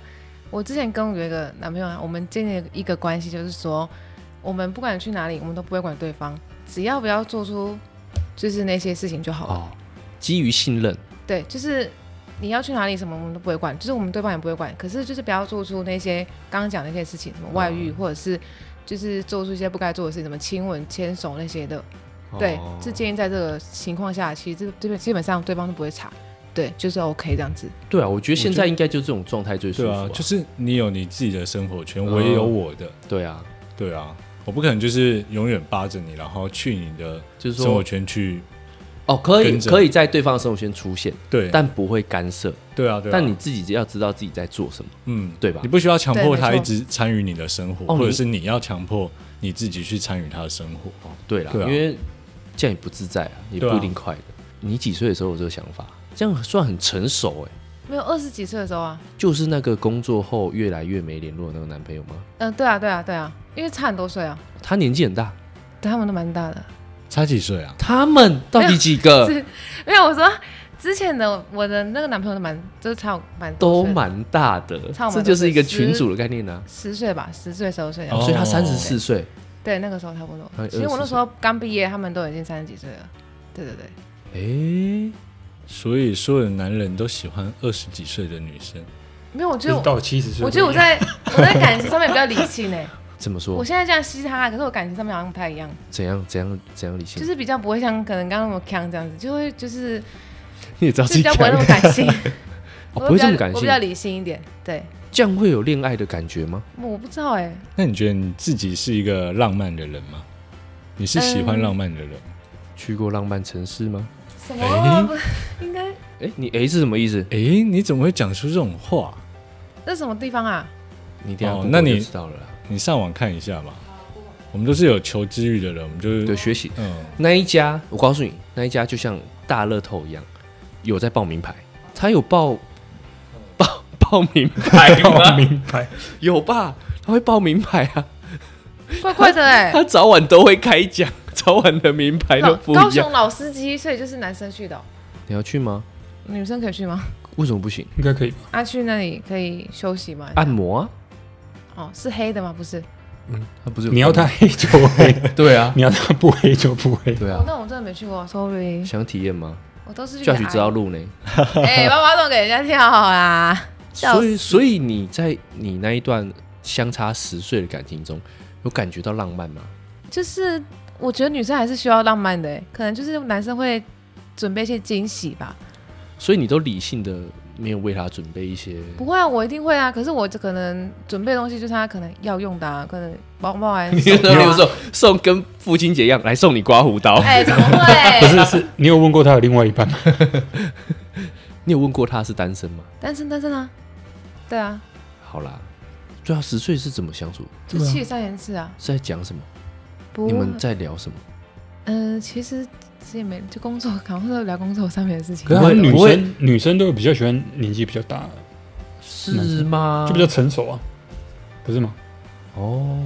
Speaker 1: 我之前跟我有一个男朋友啊，我们建立一个关系，就是说我们不管去哪里，我们都不会管对方，只要不要做出就是那些事情就好了。
Speaker 2: 哦，基于信任，
Speaker 1: 对，就是你要去哪里什么，我们都不会管，就是我们对方也不会管。可是就是不要做出那些刚刚讲那些事情，什么外
Speaker 2: 哦
Speaker 1: 遇，或者是就是做出一些不该做的事情，什么亲吻、牵手那些的。
Speaker 2: 哦
Speaker 3: 哦
Speaker 1: 对，是建议在这个情况下，其实这这基本上对方都不会查，对，就是 OK 这样子。
Speaker 2: 对啊，我觉得现
Speaker 3: 我觉
Speaker 2: 在
Speaker 3: 得
Speaker 2: 应该就这种状态最舒
Speaker 3: 对
Speaker 2: 服、
Speaker 3: 啊，就是是你有你自己的生活圈，我也有我的。
Speaker 2: 对啊，
Speaker 3: 对啊，我不可能就是永远扒着你，然后去你的
Speaker 2: 就是
Speaker 3: 生活
Speaker 2: 说
Speaker 3: 圈去。
Speaker 2: 哦，可以
Speaker 3: 跟着
Speaker 2: 可以在对方的生活圈出现，
Speaker 3: 对，
Speaker 2: 但不会干涉，
Speaker 3: 对啊，对啊。
Speaker 2: 但你自己要知道自己在做什么。
Speaker 3: 嗯，
Speaker 2: 对吧
Speaker 3: 你不需要强迫他
Speaker 1: 对
Speaker 3: 一
Speaker 1: 没错
Speaker 3: 直参与你的生活，
Speaker 2: 哦
Speaker 3: 或者
Speaker 2: 你
Speaker 3: 是你要强迫你自己去参与他的生活。
Speaker 2: 对啦，
Speaker 3: 对啊
Speaker 2: 因为这样也不自在啊，也
Speaker 3: 对啊
Speaker 2: 不一定快乐。你几岁的时候有这个想法？这样算很成熟哎、
Speaker 1: 没有二十几岁的时候啊，
Speaker 2: 就是那个工作后越来越没联络的那个男朋友吗？
Speaker 1: 嗯、对啊，对啊，对啊，因为差很多岁啊，
Speaker 2: 他年纪很大，
Speaker 1: 但他们都蛮大的。
Speaker 3: 差几岁啊？
Speaker 2: 他们到底几个
Speaker 1: 是没有，我说之前的我的那个男朋友都蛮，就是差我蛮多
Speaker 2: 都
Speaker 1: 岁的
Speaker 2: 蛮大的
Speaker 1: 差，不
Speaker 2: 这
Speaker 1: 多
Speaker 2: 就是一个
Speaker 1: 十
Speaker 2: 群主的概念啊。
Speaker 1: 十岁吧，十岁十二岁这样
Speaker 3: 哦
Speaker 1: 子。
Speaker 2: 所以他三十四岁，
Speaker 1: 对，那个时候差不多
Speaker 2: 哎。
Speaker 1: 其实我
Speaker 2: 24
Speaker 1: 那时候刚毕业，他们都已经三十几岁了。对对对，
Speaker 2: 哎，
Speaker 3: 所以所有的男人都喜欢二十几岁的女生。
Speaker 1: 没有，我觉
Speaker 4: 就是
Speaker 1: 得
Speaker 4: 到七十岁，
Speaker 1: 我觉得我在 我在感情上面比较理性 哎，
Speaker 2: 怎么
Speaker 1: 我
Speaker 2: 说？
Speaker 1: 现在这样嘻哈，可是我感情上面好像不太一样，
Speaker 2: 怎样怎样怎样理性？
Speaker 1: 就是比较不会像可能刚刚那么强这 样子，就会就是
Speaker 2: 你也知道
Speaker 1: 就
Speaker 2: 自己
Speaker 1: 比较不会那么
Speaker 2: 讲
Speaker 1: 感性，
Speaker 2: 哦
Speaker 1: 我
Speaker 2: 不会
Speaker 1: 比较
Speaker 2: 这么感
Speaker 1: 我
Speaker 2: 性
Speaker 1: 比，较理性一点。对，
Speaker 2: 这样会有恋爱的感觉吗？
Speaker 1: 我不知道哎，
Speaker 3: 那你觉得你自己是一个浪漫的人吗？你是喜欢
Speaker 1: 嗯
Speaker 3: 浪漫的人？
Speaker 2: 去过浪漫城市吗？
Speaker 1: 什么啊不应该
Speaker 2: 哎，你哎是什么意思？
Speaker 3: 诶，你怎么会讲出这种话？
Speaker 1: 那什么地方啊？
Speaker 2: 你等一下
Speaker 3: 哦
Speaker 2: Google
Speaker 3: 那你
Speaker 2: 就知道了啦。
Speaker 3: 你上网看一下嘛。我们都是有求知欲的人，我们就是
Speaker 2: 对，学习
Speaker 3: 嗯，
Speaker 2: 那一家，我告诉你，那一家就像大乐透一样，有在报名牌，他有报报 报名牌
Speaker 4: 我
Speaker 2: 吗？
Speaker 4: 哦明白。
Speaker 2: 有吧？他会报名牌啊，
Speaker 1: 怪怪的 哎，
Speaker 2: 他早晚都会开奖，早晚的名牌
Speaker 1: 老
Speaker 2: 都不
Speaker 1: 高
Speaker 2: 一样
Speaker 1: 雄。老司机，所以就是男生去的哦，
Speaker 2: 你要去吗？
Speaker 1: 女生可以去吗？
Speaker 2: 为什么不行？
Speaker 4: 应该可以吧？
Speaker 1: 啊，去那里可以休息吗？
Speaker 2: 按摩啊，
Speaker 1: 哦，是黑的吗？不是。
Speaker 2: 他啊不是有
Speaker 4: 你要他黑就黑，
Speaker 2: 对啊，
Speaker 4: 你要他不黑就不黑。
Speaker 2: 对
Speaker 1: 哦
Speaker 2: 啊，，
Speaker 1: 那我真的没去过，sorry，
Speaker 2: 想体验吗？
Speaker 1: 我都是去
Speaker 2: 教
Speaker 1: 给
Speaker 2: 许
Speaker 1: 阿姨
Speaker 2: 这条。路呢？
Speaker 1: 哎，把马桶给人家跳啦！笑死
Speaker 2: 所以，所以你在你那一段相差十岁的感情中，有感觉到浪漫吗？
Speaker 1: 就是我觉得女生还是需要浪漫的欸，可能就是男生会准备一些惊喜吧。
Speaker 2: 所以你都理性的没有为他准备一些
Speaker 1: 不会啊，我一定会啊。可是我这可能准备的东西就是他可能要用的啊，可能包包啊。
Speaker 2: 你
Speaker 1: 手表啊
Speaker 2: 有时候送跟父亲节一样来送你刮胡刀，
Speaker 1: 哎，怎么
Speaker 4: 不
Speaker 1: 会？
Speaker 4: 是是，你有问过他有另外一半吗？
Speaker 2: 你有问过他是单身吗？
Speaker 1: 单身单身啊，对啊，
Speaker 2: 好啦，对啊，十岁是怎么相处？
Speaker 1: 就
Speaker 4: 对啊
Speaker 1: 七三元次啊。
Speaker 2: 是在讲什么？
Speaker 1: 不，啊
Speaker 2: 你们在聊什么？
Speaker 1: 嗯、其实其实也没就工作，好像都聊工作上面的事情
Speaker 4: 可。是
Speaker 2: 不
Speaker 4: 好
Speaker 2: 会
Speaker 4: 像女
Speaker 2: 不会
Speaker 4: 生女生都比较喜欢年纪比较大，
Speaker 2: 是吗？
Speaker 4: 就比较成熟啊，不是吗？
Speaker 2: 哦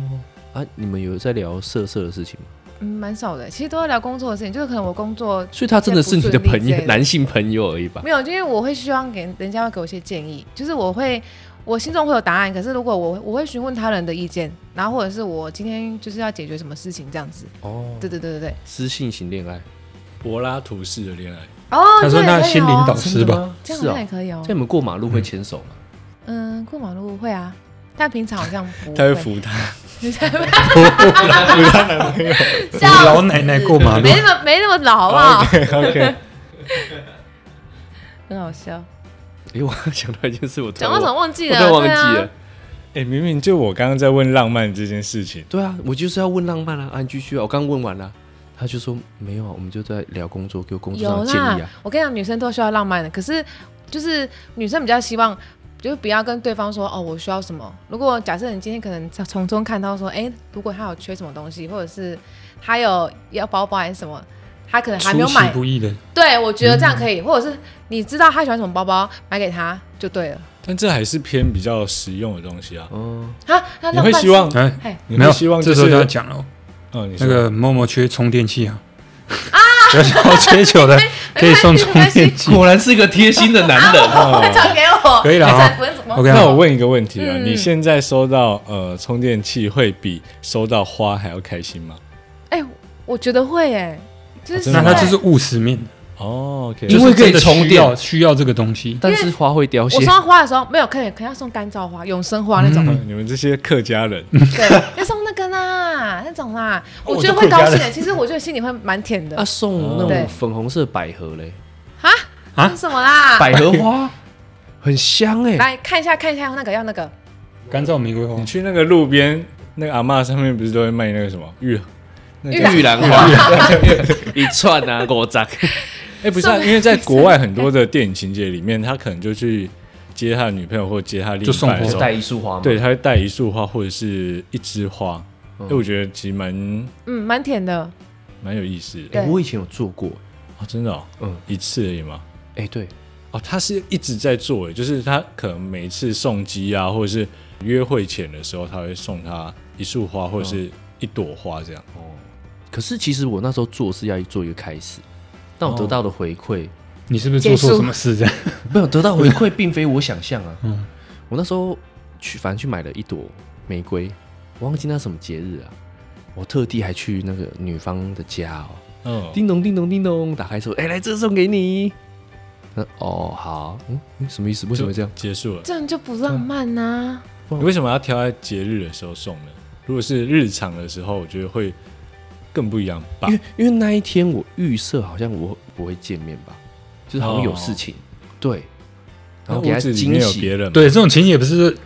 Speaker 2: 啊，你们有在聊色色的事情吗？
Speaker 1: 嗯，蛮少的，其实都在聊工作的事情，就是可能我工作
Speaker 2: 所以他真的是你的
Speaker 1: 不顺利
Speaker 2: 朋
Speaker 1: 之
Speaker 2: 友
Speaker 1: 类，的
Speaker 2: 男性朋友而已吧？
Speaker 1: 没有，就因为我会希望给人家会给我一些建议，就是我会我心中会有答案，可是如果我我会询问他人的意见，然后或者是我今天就是要解决什么事情这样子。
Speaker 2: 哦，
Speaker 1: 对对对对对。
Speaker 2: 知性型恋爱
Speaker 3: 柏拉图式的 恋爱，
Speaker 1: 哦，
Speaker 4: 他
Speaker 1: 这
Speaker 4: 说
Speaker 1: 也
Speaker 4: 那
Speaker 1: 可以
Speaker 4: 心灵
Speaker 1: 哦
Speaker 4: 导师
Speaker 2: 真的
Speaker 4: 吧，
Speaker 2: 吗
Speaker 1: 这样
Speaker 2: 是
Speaker 1: 好
Speaker 2: 哦
Speaker 1: 像也。可以哦
Speaker 2: 像。你们过马路会牵手吗？
Speaker 1: 嗯，过马路会啊，但平常好像不
Speaker 3: 他会扶他， 扶他男朋友。
Speaker 1: 笑死
Speaker 4: 老奶奶过马路
Speaker 1: 没那么没那么老好不好？
Speaker 3: OK，
Speaker 1: 很好笑，
Speaker 2: 哎，我想到一件事，我突
Speaker 1: 讲
Speaker 2: 然
Speaker 1: 到什么
Speaker 2: 忘
Speaker 1: 忘记
Speaker 2: 我
Speaker 1: 了？
Speaker 2: 突然忘
Speaker 1: 对
Speaker 2: 记
Speaker 1: 啊
Speaker 2: 了。。
Speaker 3: 哎，明明就我刚刚在问浪漫这件事情，
Speaker 2: 对啊，我就是要问浪漫啊，啊，你继续啊，我刚问完了。他就说没有啊，我们就在聊工作，给我工作
Speaker 1: 有
Speaker 2: 上的建
Speaker 1: 啦
Speaker 2: 议啊。，
Speaker 1: 我跟你讲，女生都需要浪漫的，可是就是女生比较希望。就是不要跟对方说哦，我需要什么。如果假设你今天可能从中看到说，哎、如果他有缺什么东西，或者是他有要包包还是什么，他可能还没
Speaker 4: 出
Speaker 1: 有
Speaker 4: 其
Speaker 1: 买。
Speaker 4: 不意的，
Speaker 1: 对，我觉得这样可以，或者是你知道他喜欢什么包包，买给他就对了。
Speaker 3: 但这还是偏比较实用的东西啊。
Speaker 2: 嗯，
Speaker 1: 啊，那
Speaker 3: 你
Speaker 1: 浪
Speaker 3: 会
Speaker 1: 漫
Speaker 3: 希望，
Speaker 4: 哎，
Speaker 1: 哎，
Speaker 3: 你
Speaker 4: 没有，
Speaker 3: 会希望
Speaker 4: 这
Speaker 3: 就
Speaker 4: 时候
Speaker 3: 是
Speaker 4: 就要讲了哦，
Speaker 3: 哦，你
Speaker 4: 那
Speaker 3: 说
Speaker 4: 个默默缺充电器啊， 不要想追求的可以送充电
Speaker 1: 哎
Speaker 4: 器。
Speaker 2: 果然是个贴心的男人。
Speaker 1: 会传给我，
Speaker 4: 可以了啊
Speaker 1: 还是不会怎么
Speaker 4: OK
Speaker 3: 那
Speaker 4: 啊，
Speaker 3: 我问一个问题啊，
Speaker 1: 嗯
Speaker 3: 你现在收到呃充电器会比收到花还要开心吗？
Speaker 1: 哎、我觉得会哎、就
Speaker 3: 哦
Speaker 1: 是
Speaker 3: 真
Speaker 4: 那他
Speaker 3: 的吗
Speaker 4: 就是务实面，
Speaker 3: 哦，OK，
Speaker 2: 因
Speaker 4: 就
Speaker 2: 为
Speaker 4: 是
Speaker 2: 可以
Speaker 4: 真的需
Speaker 2: 充电
Speaker 4: 要需要这个东西。
Speaker 2: 但是花会凋谢
Speaker 1: 我送，到花的时候没有，可以可能要送干燥花、永生花那种，
Speaker 3: 嗯你们这些客家人，
Speaker 4: 嗯
Speaker 1: 对，要送那个 啦，那种啦，
Speaker 4: 哦
Speaker 1: 我觉得
Speaker 4: 我
Speaker 1: 会
Speaker 4: 就
Speaker 1: 高
Speaker 4: 客家
Speaker 1: 兴
Speaker 4: 人
Speaker 1: 的。其实我觉得心里会蛮甜的
Speaker 2: 啊，。送那
Speaker 1: 对
Speaker 2: 种粉红色百合嘞，
Speaker 4: 啊
Speaker 1: 是什么啦？
Speaker 2: 百合花 很香哎、
Speaker 1: 来看一下，看一下那个要那个，
Speaker 4: 干燥玫瑰花
Speaker 3: 你，去那个路边那个阿嬷上面不是都会卖那个什么玉？那个
Speaker 1: 玉兰
Speaker 2: 玉兰花 一串啊，五十。
Speaker 3: 哎，不是啊，
Speaker 1: 送
Speaker 3: 因为在国外很多的电影情节里面，他可能就去接他的女朋友或接他另
Speaker 4: 就
Speaker 3: 一
Speaker 4: 送
Speaker 3: 半的
Speaker 4: 花
Speaker 3: 时
Speaker 2: 就
Speaker 3: 候，
Speaker 2: 带一束花嘛。
Speaker 3: 对，，他会带一束花或者是一枝花，哎，我觉得其实蛮
Speaker 1: 嗯，蛮甜的。
Speaker 3: 蛮有意思的
Speaker 1: 对
Speaker 2: 我以前有做过。
Speaker 3: 哦，真的哦，
Speaker 2: 嗯，
Speaker 3: 一次而已嘛。
Speaker 2: 哎、对，
Speaker 3: 哦，他是一直在做耶，欸就是他可能每次送机啊，或者是约会前的时候，他会送他一束
Speaker 2: 嗯
Speaker 3: 花或者是一朵花这样。
Speaker 2: 可是其实我那时候做是要做一个开始，但我得到的回馈、
Speaker 4: 你是不是做
Speaker 1: 结
Speaker 4: 错
Speaker 1: 束
Speaker 4: 什么事这样？
Speaker 2: 没有得到回馈，并非我想象啊。
Speaker 3: 嗯
Speaker 2: 我那时候去，反正去买了一朵玫瑰，我忘记那什么节日啊，我特地还去那个女方的家哦。
Speaker 3: 嗯，
Speaker 2: 叮咚叮咚叮咚，打开说，哎、来，这送给你。那哦，好，嗯，嗯什么意思？为
Speaker 3: 为
Speaker 2: 什么会这样？
Speaker 3: 结束了？
Speaker 1: 这样就不浪漫啊呐、
Speaker 3: 你为什么要挑在节日的时候送呢？如果是日常的时候，我觉得会更不一样吧
Speaker 2: 因。为因为那一天我预设好像我不会见面吧，就是好像有事情，对，然后给
Speaker 3: 哦那
Speaker 2: 他
Speaker 3: 屋子里面
Speaker 2: 惊
Speaker 3: 有
Speaker 2: 喜。
Speaker 3: 别人吗，
Speaker 4: 对，这种情形也不是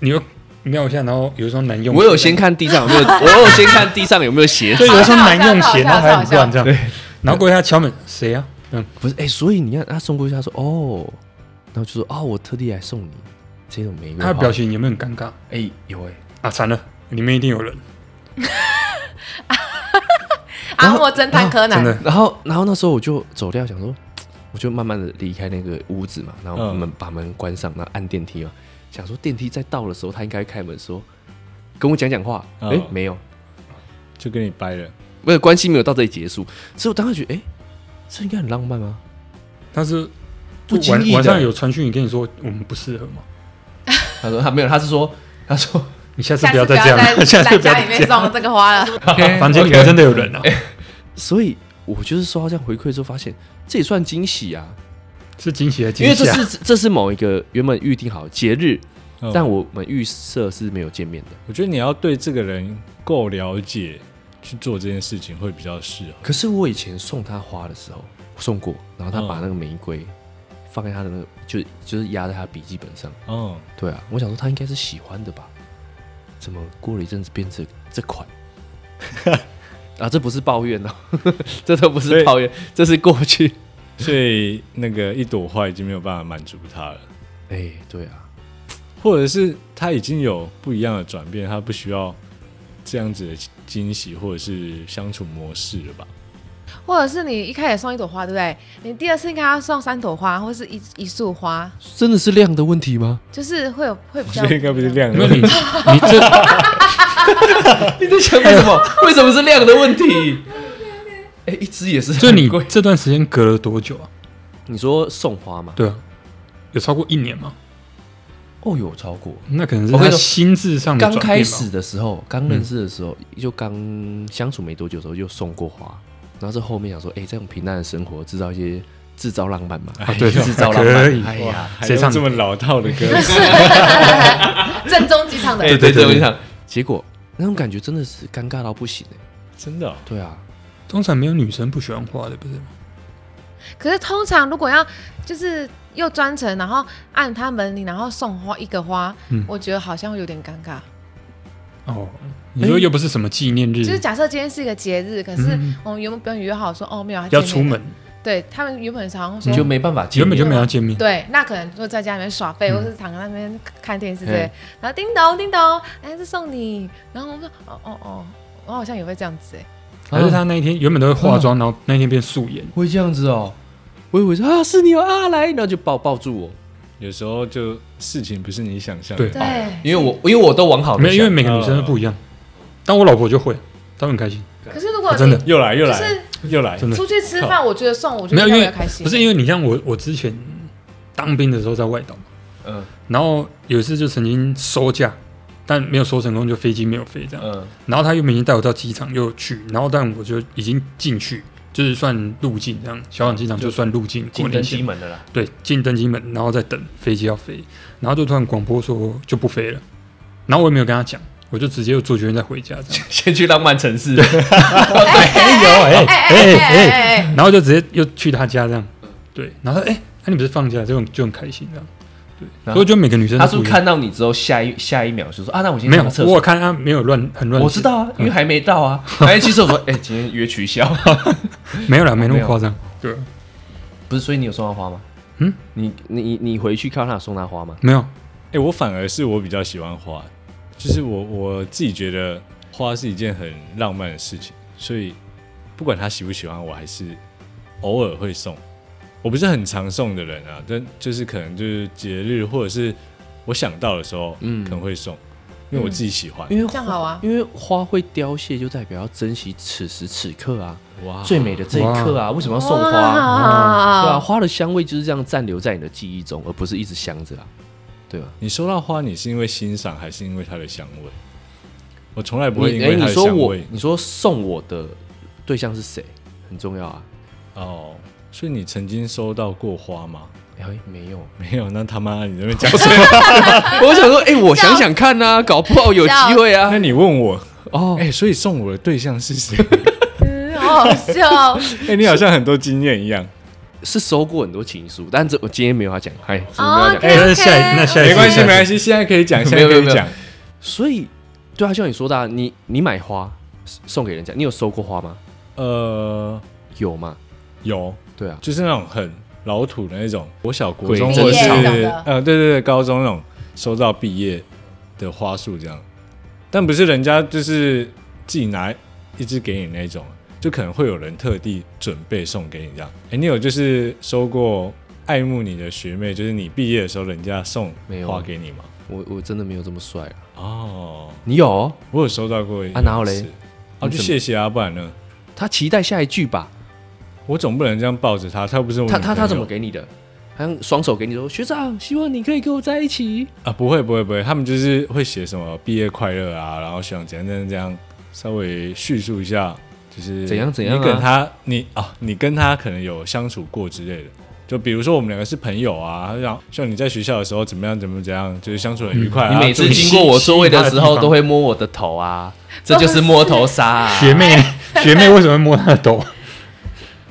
Speaker 4: 你又瞄一下，然后有一双男用，
Speaker 2: 我有先，看地上有没有，我有先看地上有没有鞋
Speaker 4: 对，
Speaker 2: 子。
Speaker 4: 有一双男用
Speaker 1: 好笑
Speaker 4: 鞋，然后还
Speaker 1: 好
Speaker 4: 很
Speaker 1: 笑
Speaker 4: 乱这样，然后过一下敲门，谁啊？嗯，
Speaker 2: 不是，哎、所以你看他送过去，他说哦，然后就说哦，我特地来送你这种玫瑰
Speaker 4: 他
Speaker 2: 花。
Speaker 4: 的表情有没有很尴尬
Speaker 2: 哎、有哎、
Speaker 4: 啊？惨了，里面一定有人，
Speaker 2: 然
Speaker 1: 啊，
Speaker 2: 后
Speaker 1: 我侦探柯南
Speaker 4: 真，的
Speaker 2: 然后然后那时候我就走掉，想说，我就慢慢的离开那个屋子嘛，然后
Speaker 3: 嗯
Speaker 2: 门、把门关上，然后按电梯嘛，想说电梯在到的时候，他应该会开门说跟我讲讲话，哎、
Speaker 3: 嗯
Speaker 2: 没有，
Speaker 3: 就跟你掰了。
Speaker 2: 没有关系，没有到这里结束。所以我当时觉得，哎、这应该很浪漫啊。
Speaker 4: 他是
Speaker 2: 不经
Speaker 4: 晚
Speaker 2: 意的
Speaker 4: 晚上有传讯，你跟你说我们不适合吗？
Speaker 2: 他说他啊没有，他是说他说
Speaker 4: 你下次
Speaker 1: 下
Speaker 4: 不
Speaker 1: 次
Speaker 4: 要
Speaker 1: 不
Speaker 4: 再这
Speaker 1: 要
Speaker 4: 样
Speaker 1: 在
Speaker 4: 了， 下
Speaker 1: 在
Speaker 4: 次不要
Speaker 1: 家里
Speaker 4: 再
Speaker 1: 面
Speaker 4: 这样。
Speaker 1: 送这个花了。
Speaker 4: 房间里面真的有人啊，
Speaker 2: 所以我就是收到这样回馈之后，发现这也算惊喜啊，
Speaker 4: 是惊喜还是
Speaker 2: 因
Speaker 4: 惊
Speaker 2: 为这
Speaker 4: 喜啊？
Speaker 2: 是这是某一个原本预定好的节日，
Speaker 3: 嗯
Speaker 2: 但我们预设是没有见面的。
Speaker 3: 我觉得你要对这个人够了解，去做这件事情会比较适合。
Speaker 2: 嗯可是我以前送他花的时候送过，然后他把那个玫瑰放在他的那个，就就是压在他笔记本上。
Speaker 3: 哦，
Speaker 2: 对啊，我想说他应该是喜欢的吧？怎么过了一阵子变成这款？ 啊，这不是抱怨哦， 这都不
Speaker 3: 所
Speaker 2: 是
Speaker 3: 以
Speaker 2: 抱怨，这是过去。
Speaker 3: 所以那个一朵花已经没有办法满足他了，
Speaker 2: 哎、对啊，
Speaker 3: 或者是他已经有不一样的转变，他不需要这样子的惊喜或者是相处模式了吧？
Speaker 1: 或者是你一开始送一朵花，对不对？你第二次应该要送三朵花，或是一一束花，
Speaker 2: 真的是量的问题吗？
Speaker 1: 就是会有会比
Speaker 3: 我
Speaker 1: 较
Speaker 3: 觉得应该不是量
Speaker 4: 因为你你
Speaker 3: 的，
Speaker 4: 这
Speaker 2: 你在想为什么？为什么是量的问题？哎、一支也是
Speaker 4: 就你
Speaker 2: 很贵
Speaker 4: 这段时间隔了多久啊？
Speaker 2: 你说送花吗？
Speaker 4: 对啊，有超过一年吗？
Speaker 2: 哦，有超过。
Speaker 4: 那可能是
Speaker 2: 我跟
Speaker 4: 他
Speaker 2: 你说
Speaker 4: 心智上的
Speaker 2: 刚
Speaker 4: 转变
Speaker 2: 开
Speaker 4: 吧嗯
Speaker 2: 始的时候，刚认识的时候，就刚相处没多久的时候，就送过花。然后这后面想说，哎、这种平淡的生活，制造一些制造浪漫嘛，
Speaker 4: 啊，对，
Speaker 2: 制造浪
Speaker 4: 可以
Speaker 2: 漫。，哎
Speaker 3: 哇
Speaker 2: 呀，，
Speaker 3: 还
Speaker 4: 谁
Speaker 3: 有
Speaker 4: 唱
Speaker 3: 这么老套的歌词？
Speaker 1: 正宗机场的。
Speaker 2: 哎，
Speaker 4: 对
Speaker 2: 对
Speaker 4: 对
Speaker 2: 对
Speaker 4: 对
Speaker 2: 对，结果那种感觉真的是尴尬到不行哎、
Speaker 3: 真的哦、
Speaker 2: 对啊，
Speaker 4: 通常没有女生不喜欢花的，不是吗？
Speaker 1: 可是通常如果要就是又专程，然后按他门铃，然后送花一个花，
Speaker 4: 嗯
Speaker 1: 我觉得好像会有点尴尬。
Speaker 4: 哦，你
Speaker 2: 哎
Speaker 4: 说又不是什么纪念日，
Speaker 1: 就是假设今天是一个节日，可是
Speaker 4: 嗯
Speaker 1: 我们原本约好说哦没有要见
Speaker 4: 要
Speaker 1: 面
Speaker 4: 出门，
Speaker 1: 对他们原本常常
Speaker 2: 你
Speaker 1: 说
Speaker 2: 就没办法见
Speaker 4: 嗯原本
Speaker 2: 面，
Speaker 4: 就没有要见面，
Speaker 1: 对，那可能就在家里面耍
Speaker 4: 嗯
Speaker 1: 废，或是躺在那边看电视之类。然后叮咚叮咚，哎，这送你。然后我说哦哦哦，我好像也会这样子哎。
Speaker 4: 还是他那一天原本都会化
Speaker 2: 嗯
Speaker 4: 妆，然后那一天变素颜，
Speaker 2: 会这样子哦。我以为是啊，是你哦啊，来，然后就抱抱住我，
Speaker 3: 有时候就事情不是你想象
Speaker 4: 对
Speaker 3: 的，
Speaker 1: 对，
Speaker 2: 因为我因为我都往好的
Speaker 4: 没有，因为
Speaker 2: 想
Speaker 4: 每个女生都不一样。但我老婆就会，她很开心，
Speaker 1: 可是如果
Speaker 4: 啊真的
Speaker 1: 你
Speaker 3: 又来又
Speaker 1: 就
Speaker 3: 来
Speaker 1: 是
Speaker 3: 又来，
Speaker 4: 真的
Speaker 1: 出去吃饭，我觉得送我觉
Speaker 4: 没
Speaker 1: 得
Speaker 4: 有
Speaker 1: 特
Speaker 4: 因
Speaker 1: 别
Speaker 4: 为
Speaker 1: 开心。
Speaker 4: 不是因为你像我，我之前当兵的时候在外岛，
Speaker 2: 嗯
Speaker 4: 然后有一次就曾经收假，但没有收成功，就飞机没有飞这样。
Speaker 2: 嗯
Speaker 4: 然后他又明天带我到机场又去，然后但我就已经进去，就是算入境这样，小港机场就算入境国
Speaker 2: 进
Speaker 4: 内
Speaker 2: 嗯登
Speaker 4: 线
Speaker 2: 机门的啦，
Speaker 4: 对，进登机门，然后再等飞机要飞，然后就突然广播说就不飞了，然后我也没有跟他讲，我就直接又做决定再回家这样，
Speaker 2: 先去浪漫城市，
Speaker 1: 哎哎
Speaker 2: 哦
Speaker 4: 哎有哎
Speaker 1: 哎
Speaker 4: 哎，
Speaker 1: 哎哎，
Speaker 4: 然后就直接又去他家这样，对，然后他哎，那、你不是放假就很就很开心这样，对，
Speaker 2: 然后
Speaker 4: 所以我觉得每个女生
Speaker 2: 他
Speaker 4: 都
Speaker 2: 是不
Speaker 4: 不
Speaker 2: 是
Speaker 4: 一样
Speaker 2: 看到你之后，下一下一秒就说啊，那我先
Speaker 4: 没有
Speaker 2: 上个，厕
Speaker 4: 我有
Speaker 2: 所。
Speaker 4: 看他没有乱很乱，
Speaker 2: 我知道啊，因为还没到 啊。哎，其实我说，哎，今天约取消，
Speaker 4: 没有啦，没那
Speaker 2: 没
Speaker 4: 么
Speaker 2: 有啊
Speaker 4: 夸张，对，
Speaker 2: 不是，所以你有送他花吗？
Speaker 4: 嗯，
Speaker 2: 你你你回去看到他有送他花吗？
Speaker 4: 没有，
Speaker 3: 哎、我反而是我比较喜欢花，就是我我自己觉得花是一件很浪漫的事情，所以不管他喜不喜欢，我还是偶尔会送。我不是很常送的人啊，但就是可能就是节日或者是我想到的时候，
Speaker 2: 嗯
Speaker 3: 嗯，可能会送，因为我自己喜欢。
Speaker 2: 因为
Speaker 1: 这样好啊
Speaker 2: 因为花会凋谢，就代表要珍惜此时此刻啊，
Speaker 3: 哇，
Speaker 2: 最美的这一刻啊，为什么要送花啊？
Speaker 4: 哦
Speaker 2: 对啊，
Speaker 1: 哇，
Speaker 2: 花的香味就是这样暂留在你的记忆中，而不是一直香着啊，对吧？
Speaker 3: 你收到花，你是因为欣赏还是因为它的香味？我从来不会因
Speaker 2: 你哎，
Speaker 3: 为它
Speaker 2: 你
Speaker 3: 的
Speaker 2: 说
Speaker 3: 香
Speaker 2: 我
Speaker 3: 味，
Speaker 2: 你说送我的对象是谁很重要啊？
Speaker 3: 哦。所以你曾经收到过花吗？
Speaker 2: 哎，没有，
Speaker 3: 没有，那他妈你这 边讲什么？
Speaker 2: 我想说，哎、我想想看呐、搞不好有机会啊
Speaker 3: 那。你问我，
Speaker 2: 哦，
Speaker 3: 哎、所以送我的对象是谁？
Speaker 1: 嗯好好笑。
Speaker 3: 哎、你好像很多经验一样，
Speaker 2: 是收过很多情书，但这我今天没有要讲。嗨，今天没有要
Speaker 1: 哦
Speaker 2: 讲。，
Speaker 4: 哎那下一那下一次
Speaker 3: 没
Speaker 4: 下一
Speaker 3: 关系，没
Speaker 4: 次
Speaker 3: 关系，现在可以讲，现
Speaker 2: 没有
Speaker 3: 在可
Speaker 2: 没
Speaker 3: 以
Speaker 2: 有
Speaker 3: 讲。
Speaker 2: 所以，对啊，就像你说的、啊，你你买花送给人家，你有收过花吗？
Speaker 3: 呃，
Speaker 2: 有嘛？
Speaker 3: 有，
Speaker 2: 对啊，
Speaker 3: 就是那种很老土的那种，国小、国
Speaker 2: 鬼
Speaker 3: 中
Speaker 2: 针
Speaker 3: 或是
Speaker 2: 草
Speaker 3: 呃，对对对，高中那种收到毕业的花束这样，但不是人家就是自己拿一支给你那种，就可能会有人特地准备送给你这样。哎、你有就是收过爱慕你的学妹，就是你毕业的时候人家送
Speaker 2: 没有
Speaker 3: 花给你吗？
Speaker 2: 我我真的没有这么帅啊。
Speaker 3: 哦，
Speaker 2: 你有哦？
Speaker 3: 我有收到过
Speaker 2: 啊然后嘞
Speaker 3: 一次啊，
Speaker 2: 你
Speaker 3: 就
Speaker 2: 怎么
Speaker 3: 谢谢啊，不然呢？
Speaker 2: 他期待下一句吧。
Speaker 3: 我总不能这样抱着他，他又不是我
Speaker 2: 他
Speaker 3: 女
Speaker 2: 他
Speaker 3: 朋
Speaker 2: 他
Speaker 3: 友
Speaker 2: 怎么给你的？好像双手给你说，学长，希望你可以跟我在一起。
Speaker 3: 啊？不会不会不会，他们就是会写什么毕业快乐啊，然后希望怎样怎样怎样，稍微叙述一下，就是
Speaker 2: 怎样怎样啊
Speaker 3: 你跟他你啊，你跟他可能有相处过之类的。就比如说我们两个是朋友啊，他就讲像你在学校的时候怎么样怎么怎样，就是相处很愉快、啊
Speaker 2: 嗯你每次
Speaker 3: 祝
Speaker 2: 经过我座位的时
Speaker 4: 吸引他的地
Speaker 2: 候，
Speaker 4: 方
Speaker 2: 都会摸我的头啊，这就是摸头杀、啊。
Speaker 3: 啊
Speaker 4: 学妹学妹为什么会摸她的头？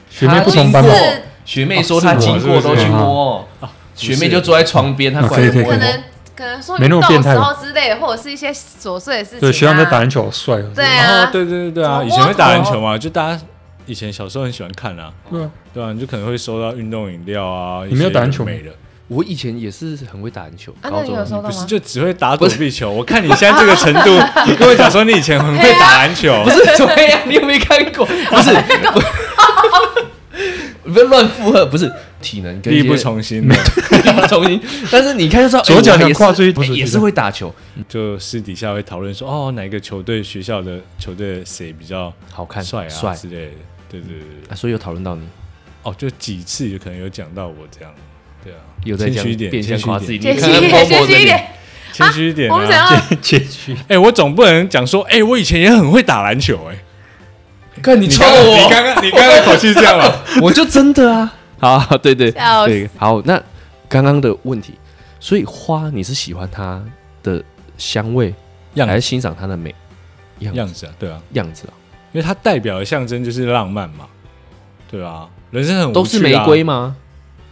Speaker 4: 学妹不同班吗？
Speaker 1: 是
Speaker 2: 学妹说她经过都去摸，哦学妹就坐在窗边，她
Speaker 4: 啊
Speaker 2: 过来
Speaker 4: 可
Speaker 2: 就
Speaker 4: 以可
Speaker 1: 可
Speaker 2: 摸
Speaker 4: 以
Speaker 2: 一摸。
Speaker 1: 能可能说
Speaker 4: 没
Speaker 1: 运
Speaker 4: 那么
Speaker 1: 动
Speaker 4: 变态
Speaker 1: 时
Speaker 4: 吧
Speaker 1: 候之类的，或者是一些琐碎的事情、啊。
Speaker 4: 对，学长在打篮球好帅哦。
Speaker 1: 对
Speaker 3: 哦
Speaker 1: 啊，，
Speaker 3: 对对对对啊，
Speaker 1: 怎么摸
Speaker 3: 以前会打篮球嘛，就大家以前小时候很喜欢看啊，
Speaker 4: 对啊，
Speaker 3: 对啊，你就可能会收到运动饮料啊，
Speaker 4: 你没有打篮球吗
Speaker 3: 没了，
Speaker 2: 我以前也是很会打篮球，
Speaker 1: 啊
Speaker 2: 高
Speaker 1: 那你
Speaker 2: 中
Speaker 1: 有收
Speaker 3: 不
Speaker 1: 到
Speaker 3: 是
Speaker 1: 吗？
Speaker 3: 就只会打躲避球？ 我看你现在这个程度，你跟我讲说你以前很会打篮球，
Speaker 1: 啊
Speaker 2: 不是怎么样？你有没有看过？不是， 不不要乱附和，不是体能 跟一
Speaker 3: 力
Speaker 2: 些
Speaker 3: 不从心 的，
Speaker 2: 力不从心。但是你看就知道，哎
Speaker 4: 左脚
Speaker 2: 我也
Speaker 4: 能跨出一
Speaker 2: 是哎也是会打球，
Speaker 3: 就私底下会讨论说，哦，哪个球队学校的球队的谁比较
Speaker 2: 好看
Speaker 3: 帅啊
Speaker 2: 帅
Speaker 3: 之类的，对对对对，
Speaker 2: 啊所以有讨论到你，
Speaker 3: 哦，就几次有可能有讲到我这样，对啊，
Speaker 2: 有在
Speaker 3: 谦
Speaker 2: 讲
Speaker 3: 虚一点，
Speaker 2: 变
Speaker 3: 谦
Speaker 2: 相
Speaker 3: 虚
Speaker 2: 夸
Speaker 3: 一
Speaker 2: 自己，
Speaker 3: 点，
Speaker 2: 你
Speaker 1: 谦虚
Speaker 2: 看
Speaker 1: 一点，
Speaker 2: 看
Speaker 1: 谦
Speaker 2: Bobo 的
Speaker 1: 虚一
Speaker 2: 脸
Speaker 1: 点。
Speaker 3: 谦虚一点
Speaker 1: 我们想
Speaker 3: 啊。
Speaker 1: 要
Speaker 4: 结局
Speaker 3: 哎，我总不能讲说，哎，我以前也很会打篮球，哎，
Speaker 2: 看你
Speaker 3: 你
Speaker 2: 抽
Speaker 3: 刚刚你
Speaker 2: 我，
Speaker 3: 刚刚你刚刚口气是这样吧？
Speaker 2: 我就真的 啊。好，对对
Speaker 1: 笑死
Speaker 2: 对，好。那刚刚的问题，所以花你是喜欢它的香味，
Speaker 3: 样
Speaker 2: 还是欣赏它的美样
Speaker 3: 样子啊，对啊，
Speaker 2: 样子啊？
Speaker 3: 因为它代表的象征就是浪漫嘛，对啊，人生很无趣啊
Speaker 2: 都是玫瑰吗？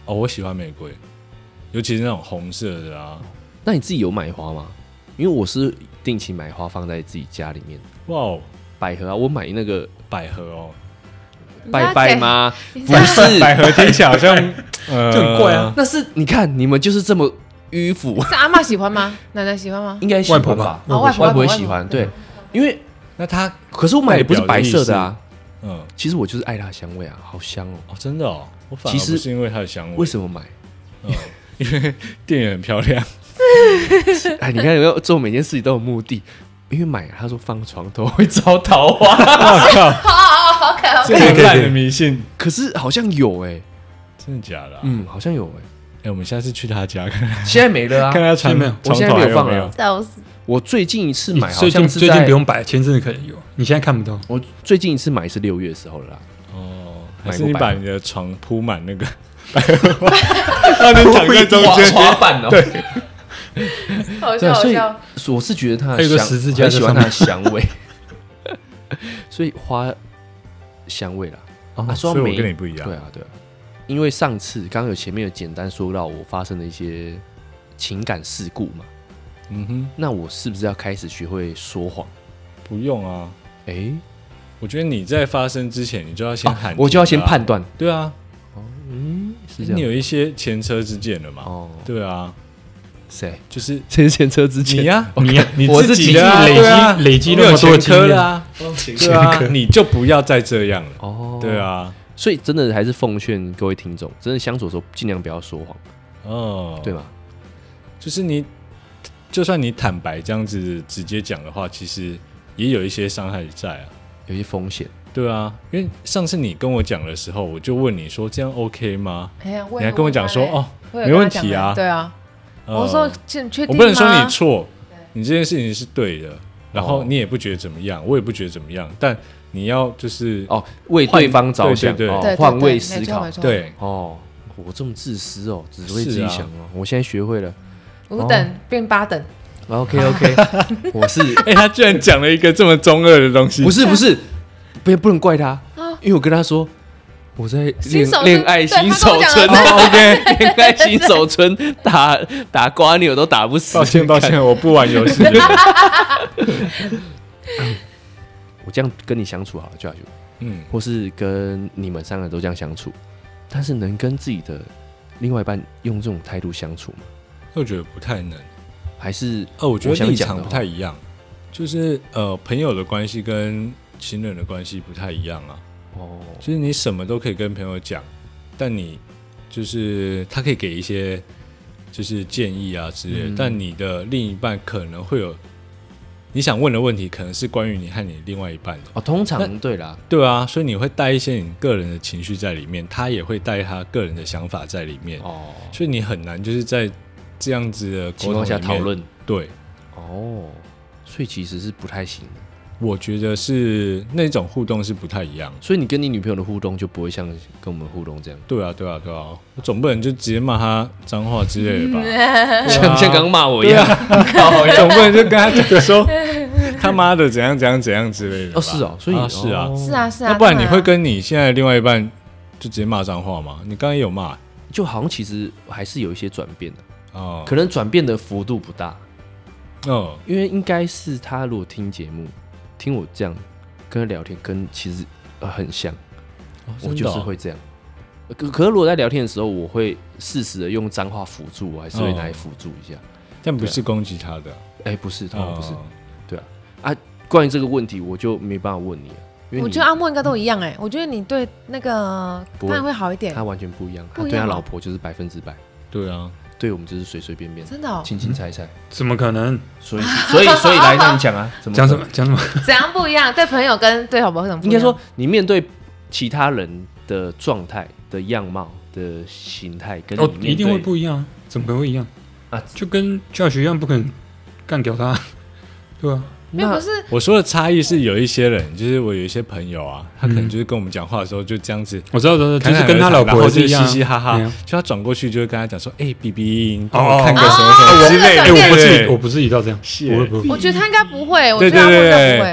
Speaker 3: 哦，我喜欢玫瑰，尤其是那种红色的啊，
Speaker 2: 那你自己有买花吗？因为我是定期买花放在自己家里面，
Speaker 3: 哇哦，
Speaker 2: 百合啊，我买那个
Speaker 3: 百合哦，
Speaker 2: 拜拜吗？
Speaker 1: 你
Speaker 2: 不
Speaker 1: 知道
Speaker 2: 是，
Speaker 3: 百合听起来 好 像呃
Speaker 4: 就很怪啊，
Speaker 2: 那是你看你们就是这么迂腐，
Speaker 1: 是阿妈喜欢吗？奶奶喜欢吗？
Speaker 2: 应该喜
Speaker 4: 外
Speaker 2: 欢
Speaker 4: 婆
Speaker 2: 吧
Speaker 4: 吧？
Speaker 1: 哦，外
Speaker 4: 外
Speaker 1: 婆
Speaker 2: 外婆
Speaker 1: 外
Speaker 2: 也
Speaker 1: 婆
Speaker 2: 喜欢，对，因为
Speaker 3: 那它
Speaker 2: 可是我买的不是白色的啊，
Speaker 3: 嗯
Speaker 2: 其实我就是爱它的香味啊，好香哦。
Speaker 3: 哦，真的哦，我反而
Speaker 2: 其实
Speaker 3: 不是因为它的
Speaker 4: 嗯
Speaker 3: 香味，
Speaker 2: 为什么买？
Speaker 3: 店员很漂亮，
Speaker 2: 哎，你看有没有做每件事情都有目的？因为买，他说放床头会招桃花，
Speaker 1: 哦哦，好可爱。
Speaker 3: 这
Speaker 4: 可以可
Speaker 3: 个
Speaker 4: 以
Speaker 3: 烂
Speaker 4: 可
Speaker 3: 的
Speaker 4: 以
Speaker 3: 迷信，
Speaker 2: 可是好像有哎、
Speaker 3: 真的假的啊？
Speaker 2: 嗯，好像有哎、
Speaker 3: 哎，我们下次去他家看看
Speaker 2: 现在没了 啊
Speaker 3: 看。他床
Speaker 4: 现在没有
Speaker 2: 我
Speaker 3: 床
Speaker 2: 现
Speaker 3: 头
Speaker 2: 在
Speaker 3: 还
Speaker 2: 没有
Speaker 3: 有
Speaker 2: 放
Speaker 3: 没
Speaker 2: 啊
Speaker 3: 有？
Speaker 1: 笑死！
Speaker 2: 我最近一次买好
Speaker 4: 最近
Speaker 2: 像是
Speaker 4: 最近
Speaker 2: 在
Speaker 4: 不用摆，前阵子可能有，你现在看不到。
Speaker 2: 我最近一次买是六月的时候了啦。
Speaker 3: 哦，
Speaker 2: 买过
Speaker 3: 还是你
Speaker 2: 百
Speaker 3: 把
Speaker 2: 合
Speaker 3: 你的床铺满 那个百合花，让你躺在中间，
Speaker 2: 滑滑板哦，对，
Speaker 1: 好
Speaker 2: 对
Speaker 1: 笑
Speaker 2: 啊，
Speaker 1: 好
Speaker 2: 所
Speaker 1: 笑。
Speaker 2: 以我是觉得它
Speaker 4: 还
Speaker 2: 的
Speaker 4: 有个
Speaker 2: 香，
Speaker 4: 十字架
Speaker 2: 很
Speaker 4: 在
Speaker 2: 喜
Speaker 4: 上
Speaker 2: 欢它
Speaker 4: 面
Speaker 2: 的香味， 所以花香味啦。啊，说
Speaker 3: 哦所
Speaker 2: 到
Speaker 3: 以
Speaker 2: 玫
Speaker 3: 我跟你不一样
Speaker 2: 对。啊，对啊，因为上次刚刚有前面有简单说到我发生的一些情感事故嘛，
Speaker 3: 嗯哼，
Speaker 2: 那我是不是要开始学会说谎？
Speaker 3: 不用啊。
Speaker 2: 哎、
Speaker 3: 我觉得你在发生之前，你就要先喊、
Speaker 2: 啊我就要先判。断，
Speaker 3: 对啊，
Speaker 2: 嗯，是这
Speaker 3: 哎你
Speaker 2: 样。
Speaker 3: 有一些前车之鉴了嘛。
Speaker 2: 哦，
Speaker 3: 对啊，
Speaker 2: 谁？
Speaker 3: 就是
Speaker 2: 谁前车之鉴？
Speaker 3: 你呀、
Speaker 4: 你呀
Speaker 3: 你
Speaker 2: 我
Speaker 3: 自
Speaker 2: 自己
Speaker 3: 己的、啊、
Speaker 4: 累积
Speaker 3: 对啊
Speaker 4: 累积
Speaker 3: 我
Speaker 4: 那么多
Speaker 3: 有前
Speaker 4: 经
Speaker 3: 科
Speaker 4: 验
Speaker 3: 了啊。对啊，你就不要再这样了。
Speaker 2: 哦，
Speaker 3: 对。啊，
Speaker 2: 所以真的还是奉劝各位听众，真的相处的时候尽量不要说谎，
Speaker 3: 哦，
Speaker 2: 对，吗？
Speaker 3: 就是你，就算你坦白这样子直接讲的话，其实也有一些伤害在啊。
Speaker 2: 有些风险。
Speaker 3: 对啊，因为上次你跟我讲的时候，我就问你说这样 OK 吗？
Speaker 1: 哎呀，
Speaker 3: 你还跟我讲说哦，
Speaker 1: 我有
Speaker 3: 没
Speaker 1: 跟
Speaker 3: 问
Speaker 1: 他讲
Speaker 3: 题啊
Speaker 1: 哎对啊，
Speaker 3: 呃
Speaker 1: 我说确确
Speaker 3: 我
Speaker 1: 定
Speaker 3: 不能说
Speaker 1: 吗哦
Speaker 3: 你错，你这件事情是对的，然后你也不觉得怎么样，我也不觉得怎么样，但你要就是
Speaker 2: 哦，为对方着想，
Speaker 3: 换对对对
Speaker 2: 哦
Speaker 1: 对对
Speaker 2: 换
Speaker 1: 对
Speaker 2: 位
Speaker 1: 没
Speaker 2: 思
Speaker 1: 错
Speaker 2: 考
Speaker 1: 没。错
Speaker 3: 对，
Speaker 2: 哦，我这么自私哦，只为自
Speaker 3: 是
Speaker 2: 己
Speaker 3: 啊
Speaker 2: 想哦。我现在学会了。啊
Speaker 1: 五
Speaker 3: 哦
Speaker 1: 等变八 等，
Speaker 2: OK OK，我是
Speaker 3: 哎，他居然讲了一个这么中二的东西，
Speaker 2: 不是不是，不不能怪他，因为我跟他说我在
Speaker 1: 啊新
Speaker 2: 恋
Speaker 1: 手村
Speaker 2: 恋爱新手
Speaker 1: 对他
Speaker 2: 村哦
Speaker 1: 跟我讲了
Speaker 2: ，OK，恋爱新手村打打瓜牛都打不死。
Speaker 3: 抱歉抱歉，我不玩 游戏。
Speaker 2: 我这样跟你相处好了，就就
Speaker 3: 嗯，
Speaker 2: 或是跟你们三个都这样相处，但是能跟自己的另外一半用这种态度相处吗？
Speaker 3: 我觉得不太能。
Speaker 2: 还是
Speaker 3: 呃，我觉
Speaker 2: 我
Speaker 3: 得
Speaker 2: 想
Speaker 3: 立
Speaker 2: 讲
Speaker 3: 场
Speaker 2: 的
Speaker 3: 不
Speaker 2: 话
Speaker 3: 太一样，就是呃，朋友的关系跟情人的关系不太一样啊。
Speaker 2: 哦，
Speaker 3: 就是你什么都可以跟朋友讲，但你就是他可以给一些就是建议啊之类的，
Speaker 2: 嗯
Speaker 3: 但你的另一半可能会有你想问的问题，可能是关于你和你另外一半的，
Speaker 2: 哦，通常对啦，
Speaker 3: 对啊，所以你会带一些你个人的情绪在里面，他也会带他个人的想法在里面，
Speaker 2: 哦，
Speaker 3: 所以你很难就是在这样子的
Speaker 2: 情
Speaker 3: 沟
Speaker 2: 况
Speaker 3: 通
Speaker 2: 下
Speaker 3: 里
Speaker 2: 讨
Speaker 3: 面。
Speaker 2: 论
Speaker 3: 对，
Speaker 2: 哦，所以其实是不太行的。
Speaker 3: 我觉得是那种互动是不太一样的。
Speaker 2: 所以你跟你女朋友的互动就不会像跟我们互 动这样，
Speaker 3: 对啊，对啊，对啊，我总不能就直接骂他脏话之类 的吧？
Speaker 2: 像
Speaker 3: 对啊
Speaker 2: 像刚刚骂我一样。靠
Speaker 3: 总不能就跟他讲说他妈的怎样怎样怎样之类的吧。
Speaker 2: 哦，是哦，所以
Speaker 3: 啊是啊，
Speaker 1: 是，啊是啊，
Speaker 3: 那不然
Speaker 1: 当
Speaker 3: 你
Speaker 1: 啊
Speaker 3: 会跟你现在另外一半就直接骂脏话嘛？你刚刚也有骂
Speaker 2: 就好像其实还是有一些转变的，
Speaker 3: 哦，
Speaker 2: 可能转变的幅度不大，
Speaker 3: 嗯，
Speaker 2: 因为应该是他如果听节目，听我这样跟他聊天，跟其实、呃、很像，我
Speaker 3: 哦
Speaker 2: 就是会这样。呃可可是如果在聊天的时候，我会适时的用脏话辅助，我还是
Speaker 3: 哦
Speaker 2: 会拿来辅助一下。
Speaker 3: 但不是攻击他的，
Speaker 2: 哎、不是，通常
Speaker 3: 哦
Speaker 2: 不是。关于这个问题，我就没办法问你了，因为
Speaker 1: 我
Speaker 2: 你
Speaker 1: 觉得阿莫应该都一样哎、我觉得你对那个
Speaker 2: 不会
Speaker 1: 当然会好一点
Speaker 2: 他，完全不一样，他
Speaker 1: 不一
Speaker 2: 对他
Speaker 1: 样
Speaker 2: 老
Speaker 1: 吗
Speaker 2: 婆就是百分之百，
Speaker 3: 对啊，
Speaker 2: 对我们就是随随便便，
Speaker 1: 真的、哦，
Speaker 2: 轻轻猜猜。
Speaker 4: 怎么可能？
Speaker 2: 所以，所以，所以来，那你讲啊，怎么
Speaker 4: 讲什么？讲什么？
Speaker 1: 怎样不一样？对朋友跟对老婆有什么不
Speaker 2: 应
Speaker 1: 一
Speaker 2: 该
Speaker 1: 样？
Speaker 2: 说，你面对其他人的状态、的样貌、的形态，跟你
Speaker 4: 哦
Speaker 2: 面，对
Speaker 4: 一定会不一样啊！怎么可能会一样
Speaker 2: 啊
Speaker 4: 就跟教学一样，不可能干掉他， 对啊，
Speaker 1: 没有，
Speaker 2: 那
Speaker 1: 不是
Speaker 3: 我说的差异是有一些人，就是我有一些朋友啊，他可能就是跟我们讲话的时候就这样子，
Speaker 4: 我知道，知道，就
Speaker 3: 侃侃
Speaker 4: 是
Speaker 3: 而
Speaker 4: 跟他
Speaker 3: 谈
Speaker 4: 老
Speaker 3: 然后
Speaker 4: 婆
Speaker 3: 就是
Speaker 4: 一样
Speaker 3: 嘻
Speaker 4: 啊，
Speaker 3: 嘻哈哈
Speaker 4: 对啊，
Speaker 3: 就他转过去就会跟他讲说，哎，B B，你帮
Speaker 4: 哦
Speaker 3: 我看个什么什
Speaker 1: 哦
Speaker 3: 么之类的，
Speaker 1: 哎
Speaker 4: 哎，我不至于，
Speaker 3: 对
Speaker 4: 我不至于到这样，
Speaker 3: 是
Speaker 4: 我会不会？
Speaker 1: 我觉得他应该不会，我觉
Speaker 3: 对
Speaker 1: 得阿莫应该不
Speaker 3: 对
Speaker 1: 会。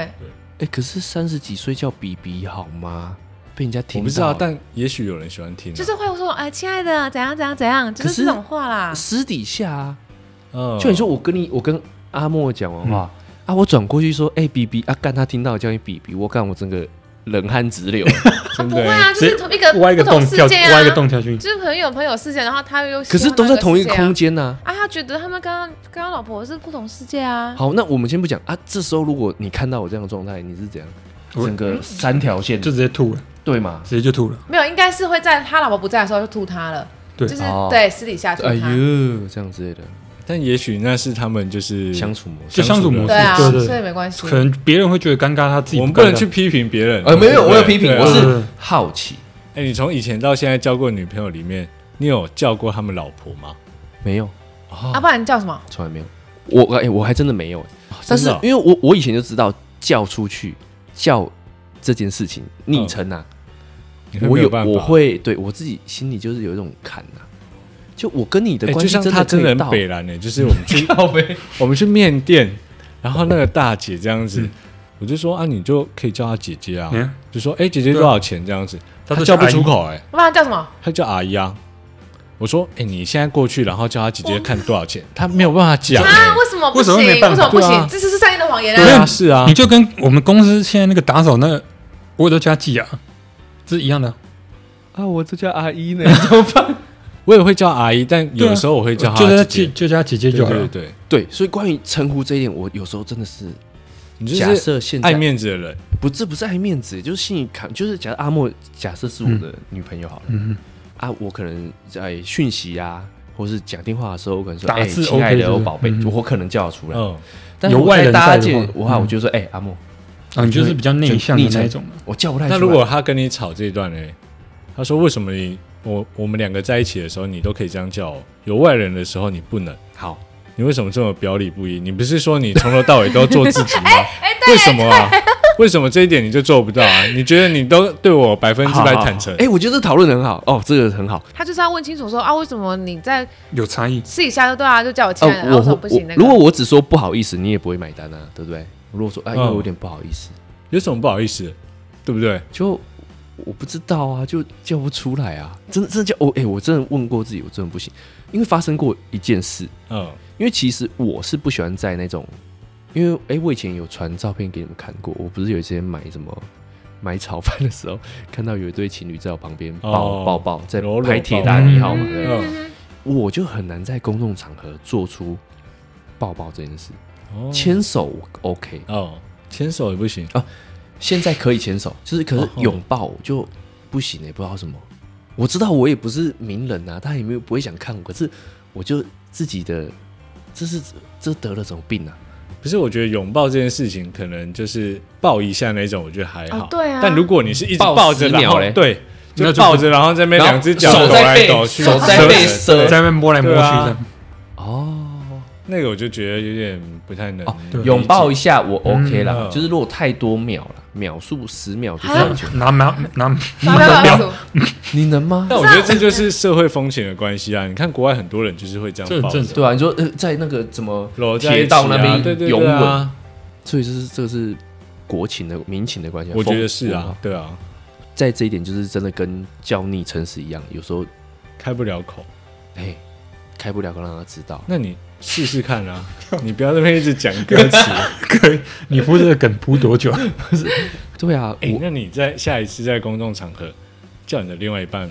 Speaker 2: 哎、可是三十几岁叫比比好吗？被人家听到
Speaker 3: 我不知道，但也许有人喜欢听啊，
Speaker 1: 就是会说，哎，亲爱的，怎样怎样怎样，就
Speaker 2: 可
Speaker 1: 是
Speaker 2: 是
Speaker 1: 这种话啦。
Speaker 2: 私底下啊，
Speaker 4: 哦
Speaker 3: 嗯
Speaker 2: 就你说我跟你，我跟阿莫讲
Speaker 4: 嗯
Speaker 2: 完话、啊，我转过去说，哎、比比啊，干他听到叫你比比，我干我整个冷汗直 流。
Speaker 1: 他
Speaker 3: 真
Speaker 1: 不
Speaker 3: 的
Speaker 1: 会啊，就是
Speaker 4: 直接
Speaker 1: 同一个
Speaker 4: 挖一个
Speaker 1: 不同
Speaker 4: 洞
Speaker 1: 事
Speaker 4: 跳，
Speaker 1: 件啊，
Speaker 4: 挖一个洞跳进去，
Speaker 1: 就是朋友朋友事件，然后他又
Speaker 2: 可是都在同一个空间呐、
Speaker 1: 啊，他觉得他们跟他跟他老婆是不同世界啊。
Speaker 2: 好，那我们先不讲啊。这时候如果你看到我这样的状态，你是怎样？
Speaker 4: 我
Speaker 2: 整
Speaker 3: 嗯
Speaker 2: 个三条线，
Speaker 4: 就直接吐了，
Speaker 2: 对嘛？
Speaker 4: 直接就吐了。
Speaker 1: 没有，应该是会在他老婆不在的时候就吐他了，
Speaker 4: 对
Speaker 1: 就是
Speaker 2: 哦
Speaker 1: 对私底下吐
Speaker 2: 哎
Speaker 1: 他。
Speaker 2: 呦，这样之类的
Speaker 3: 但也许那是他们就是
Speaker 2: 相处模式
Speaker 4: 就。相处模式，
Speaker 1: 对啊，
Speaker 4: 对
Speaker 1: 所以
Speaker 4: 对，
Speaker 1: 没关系
Speaker 4: 可。能别人会觉得尴尬，他自己
Speaker 3: 我们
Speaker 4: 不
Speaker 3: 不
Speaker 4: 尴
Speaker 3: 能
Speaker 4: 尬
Speaker 3: 去批评别人。
Speaker 2: 呃，没有，我有批评，
Speaker 3: 对啊
Speaker 2: 我
Speaker 4: 对
Speaker 2: 是
Speaker 4: 对
Speaker 2: 好奇，
Speaker 3: 哎，你从以前到现在交过女朋友里面，你有叫过他们老婆吗？
Speaker 2: 没有，
Speaker 1: 啊，不然你叫什么？
Speaker 2: 从来没有。我哎、我还真的没有、但是
Speaker 3: 真的啊哦
Speaker 2: 因为我我以前就知道叫出去叫这件事情昵称啊，
Speaker 3: 嗯你会
Speaker 2: 我
Speaker 3: 没
Speaker 2: 有
Speaker 3: 办法
Speaker 2: 我会对我自己心里就是有一种坎呐、就我跟你的
Speaker 3: 哎
Speaker 2: 关
Speaker 3: 就
Speaker 2: 系
Speaker 3: 像
Speaker 2: 真
Speaker 3: 他
Speaker 2: 的可
Speaker 3: 真的
Speaker 2: 以
Speaker 3: 很
Speaker 2: 到，
Speaker 3: 北蓝呢、欸就是我们 去
Speaker 2: 靠背
Speaker 3: 我们去面店，然后那个大姐这样
Speaker 2: 嗯
Speaker 3: 子，我就说啊，你就可以叫她姐姐啊，
Speaker 4: 嗯
Speaker 3: 就说哎、姐姐
Speaker 4: 对啊
Speaker 3: 多少钱这样子，
Speaker 4: 她
Speaker 3: 她
Speaker 4: 都
Speaker 3: 叫不
Speaker 4: 叫阿姨
Speaker 3: 出口哎、欸，
Speaker 1: 不然叫什么？
Speaker 3: 她叫阿姨啊。我说哎、你现在过去，然后叫她姐姐看多少钱，她没有办法讲、
Speaker 1: 啊，
Speaker 3: 欸。
Speaker 1: 为什么不
Speaker 4: 为什
Speaker 1: 行？
Speaker 4: 么没
Speaker 1: 为
Speaker 4: 办
Speaker 1: 什
Speaker 4: 法
Speaker 1: 么不
Speaker 3: 对啊
Speaker 1: 行？这就是善意的谎言
Speaker 3: 对
Speaker 1: 啊！
Speaker 3: 啊，是啊
Speaker 4: 你，就跟我们公司现在那个打扫那个，我也都叫他季雅，这是一样的啊。
Speaker 2: 啊，我这叫阿姨呢，
Speaker 3: 我也会叫阿姨，但
Speaker 4: 对啊
Speaker 3: 有时候我会叫
Speaker 4: 就
Speaker 3: 她
Speaker 4: 叫姐，
Speaker 3: 姐姐。
Speaker 4: 就叫他姐姐
Speaker 3: 对
Speaker 4: 就好
Speaker 3: 对
Speaker 4: 了。
Speaker 3: 对，
Speaker 2: 对，所以关于称呼这一点，我有时候真的是
Speaker 3: 你
Speaker 2: 假
Speaker 3: 就是
Speaker 2: 设现在
Speaker 3: 爱面子的人，
Speaker 2: 不，这不是爱面子，就是心里扛，就是假设阿莫假设是我的女朋友好了，
Speaker 4: 嗯
Speaker 2: 啊，我可能在讯息啊，或是讲电话的时候，我可能说，
Speaker 4: 打
Speaker 2: 哎，
Speaker 4: 字
Speaker 2: 亲爱
Speaker 4: OK
Speaker 2: 的，
Speaker 4: 是不
Speaker 2: 我
Speaker 4: 是
Speaker 2: 宝贝
Speaker 4: 嗯，
Speaker 2: 我可能叫得出来，
Speaker 3: 嗯，
Speaker 2: 但是我
Speaker 4: 有外人
Speaker 2: 搭
Speaker 4: 在的
Speaker 2: 姐
Speaker 4: 话
Speaker 2: 我话，
Speaker 4: 嗯
Speaker 2: 我就说，哎，阿莫，
Speaker 4: 啊，你就是比较内向的那一种。啊
Speaker 2: 我叫不太出
Speaker 3: 那
Speaker 2: 来。
Speaker 3: 如果他跟你吵这一段呢？他说为什么你我我们两个在一起的时候你都可以这样叫我，有外人的时候你不能？
Speaker 2: 好，
Speaker 3: 你为什么这么表里不一？你不是说你从头到尾都做自己 吗？
Speaker 2: 哎
Speaker 3: 为什么啊？为什么这一点你就做不到啊？你觉得你都对我百分之
Speaker 2: 好
Speaker 3: 百
Speaker 2: 好
Speaker 3: 坦
Speaker 2: 好
Speaker 3: 诚？
Speaker 2: 哎，我觉得这讨论得很好哦，这个很好。
Speaker 1: 他就是要问清楚说啊，为什么你在
Speaker 4: 有差异，
Speaker 1: 私底下就对啊，就叫我亲
Speaker 2: 哦
Speaker 1: 爱的，啊
Speaker 2: 我
Speaker 1: 为什么
Speaker 2: 我
Speaker 1: 不行？那个
Speaker 2: 如果我只说不好意思，你也不会买单啊，对不对？如果说啊，因为
Speaker 3: 嗯
Speaker 2: 我有点不好意思，
Speaker 3: 有什么不好意思？对不对？
Speaker 2: 就我不知道啊，就叫不出来啊，真的真的叫我哎，我真的问过自己，我真的不行，因为发生过一件事。
Speaker 3: 嗯，
Speaker 2: 因为其实我是不喜欢在那种，因为哎、诶我以前有传照片给你们看过，我不是有一些买什么 买炒饭的时候，看到有一对情侣在我旁边抱、
Speaker 3: 哦
Speaker 2: 抱抱，在
Speaker 3: 搂搂
Speaker 2: 拍铁
Speaker 3: 抱
Speaker 2: 达尼号嘛，
Speaker 1: 嗯
Speaker 2: 对不对
Speaker 3: 嗯
Speaker 2: 我就很难在公众场合做出抱抱这件事，
Speaker 3: 哦
Speaker 2: 牵手我 OK，
Speaker 3: 哦，牵手也不行。
Speaker 2: 现在可以牵手，就是可是
Speaker 3: 哦
Speaker 2: 拥抱我就不行、欸也不知道什么。我知道我也不是名人啊，他也没有不会想看我，可是我就自己的，这是这得了什么病啊？
Speaker 3: 可是我觉得拥抱这件事情，可能就是抱一下那种，我觉得还好。
Speaker 1: 哦对啊
Speaker 3: 但如果你是一直
Speaker 2: 抱
Speaker 3: 抱着，
Speaker 2: 死
Speaker 3: 然
Speaker 2: 鸟
Speaker 3: 后
Speaker 2: 嘞
Speaker 3: 对，
Speaker 4: 那
Speaker 3: 就
Speaker 4: 就
Speaker 3: 抱着，然后这边
Speaker 2: 然后
Speaker 3: 两只脚
Speaker 2: 手
Speaker 3: 抖
Speaker 2: 在
Speaker 3: 来
Speaker 2: 背
Speaker 3: 抖去，哦
Speaker 2: 手在背
Speaker 3: 折来折
Speaker 2: 折
Speaker 3: 去
Speaker 4: 在那边摸来摸去
Speaker 3: 对啊
Speaker 4: 的，
Speaker 2: 哦，
Speaker 3: 那个我就觉得有点不太能
Speaker 2: 哦
Speaker 3: 理解
Speaker 2: 拥抱一下我 OK 啦，
Speaker 3: 嗯
Speaker 2: 就是如果太多秒了，秒数十秒就
Speaker 3: 啊
Speaker 1: 好
Speaker 2: 太久，
Speaker 4: 拿拿拿
Speaker 1: 拿不到老
Speaker 2: 嗯
Speaker 1: 鼠，
Speaker 2: 你能吗
Speaker 3: 但？我觉得这就是社会风险的关系啊！你看国外很多人就是会这
Speaker 4: 这很
Speaker 3: 样抱着
Speaker 4: 正常
Speaker 2: 对啊，你说呃，在那个怎么
Speaker 3: 搂在一
Speaker 2: 铁
Speaker 3: 起啊
Speaker 2: 道那
Speaker 3: 对
Speaker 2: 边
Speaker 3: 对
Speaker 2: 拥
Speaker 3: 对
Speaker 2: 吻，
Speaker 3: 啊，
Speaker 2: 所以这是这个是国情的民情的关系啊，
Speaker 3: 我觉得
Speaker 2: 风
Speaker 3: 是
Speaker 2: 文化
Speaker 3: 啊，对啊，
Speaker 2: 在这一点就是真的跟教逆诚实一样，有时候
Speaker 3: 开不了口。
Speaker 2: 哎开不了口让他知道。
Speaker 3: 那你试试看啊， 你不要在那边一直讲歌 词。
Speaker 2: 哎
Speaker 4: 可以，你铺这个梗铺多久？
Speaker 2: 对啊，
Speaker 3: 哎、
Speaker 2: 我
Speaker 3: 那你在下一次在公众场合叫你的另外一半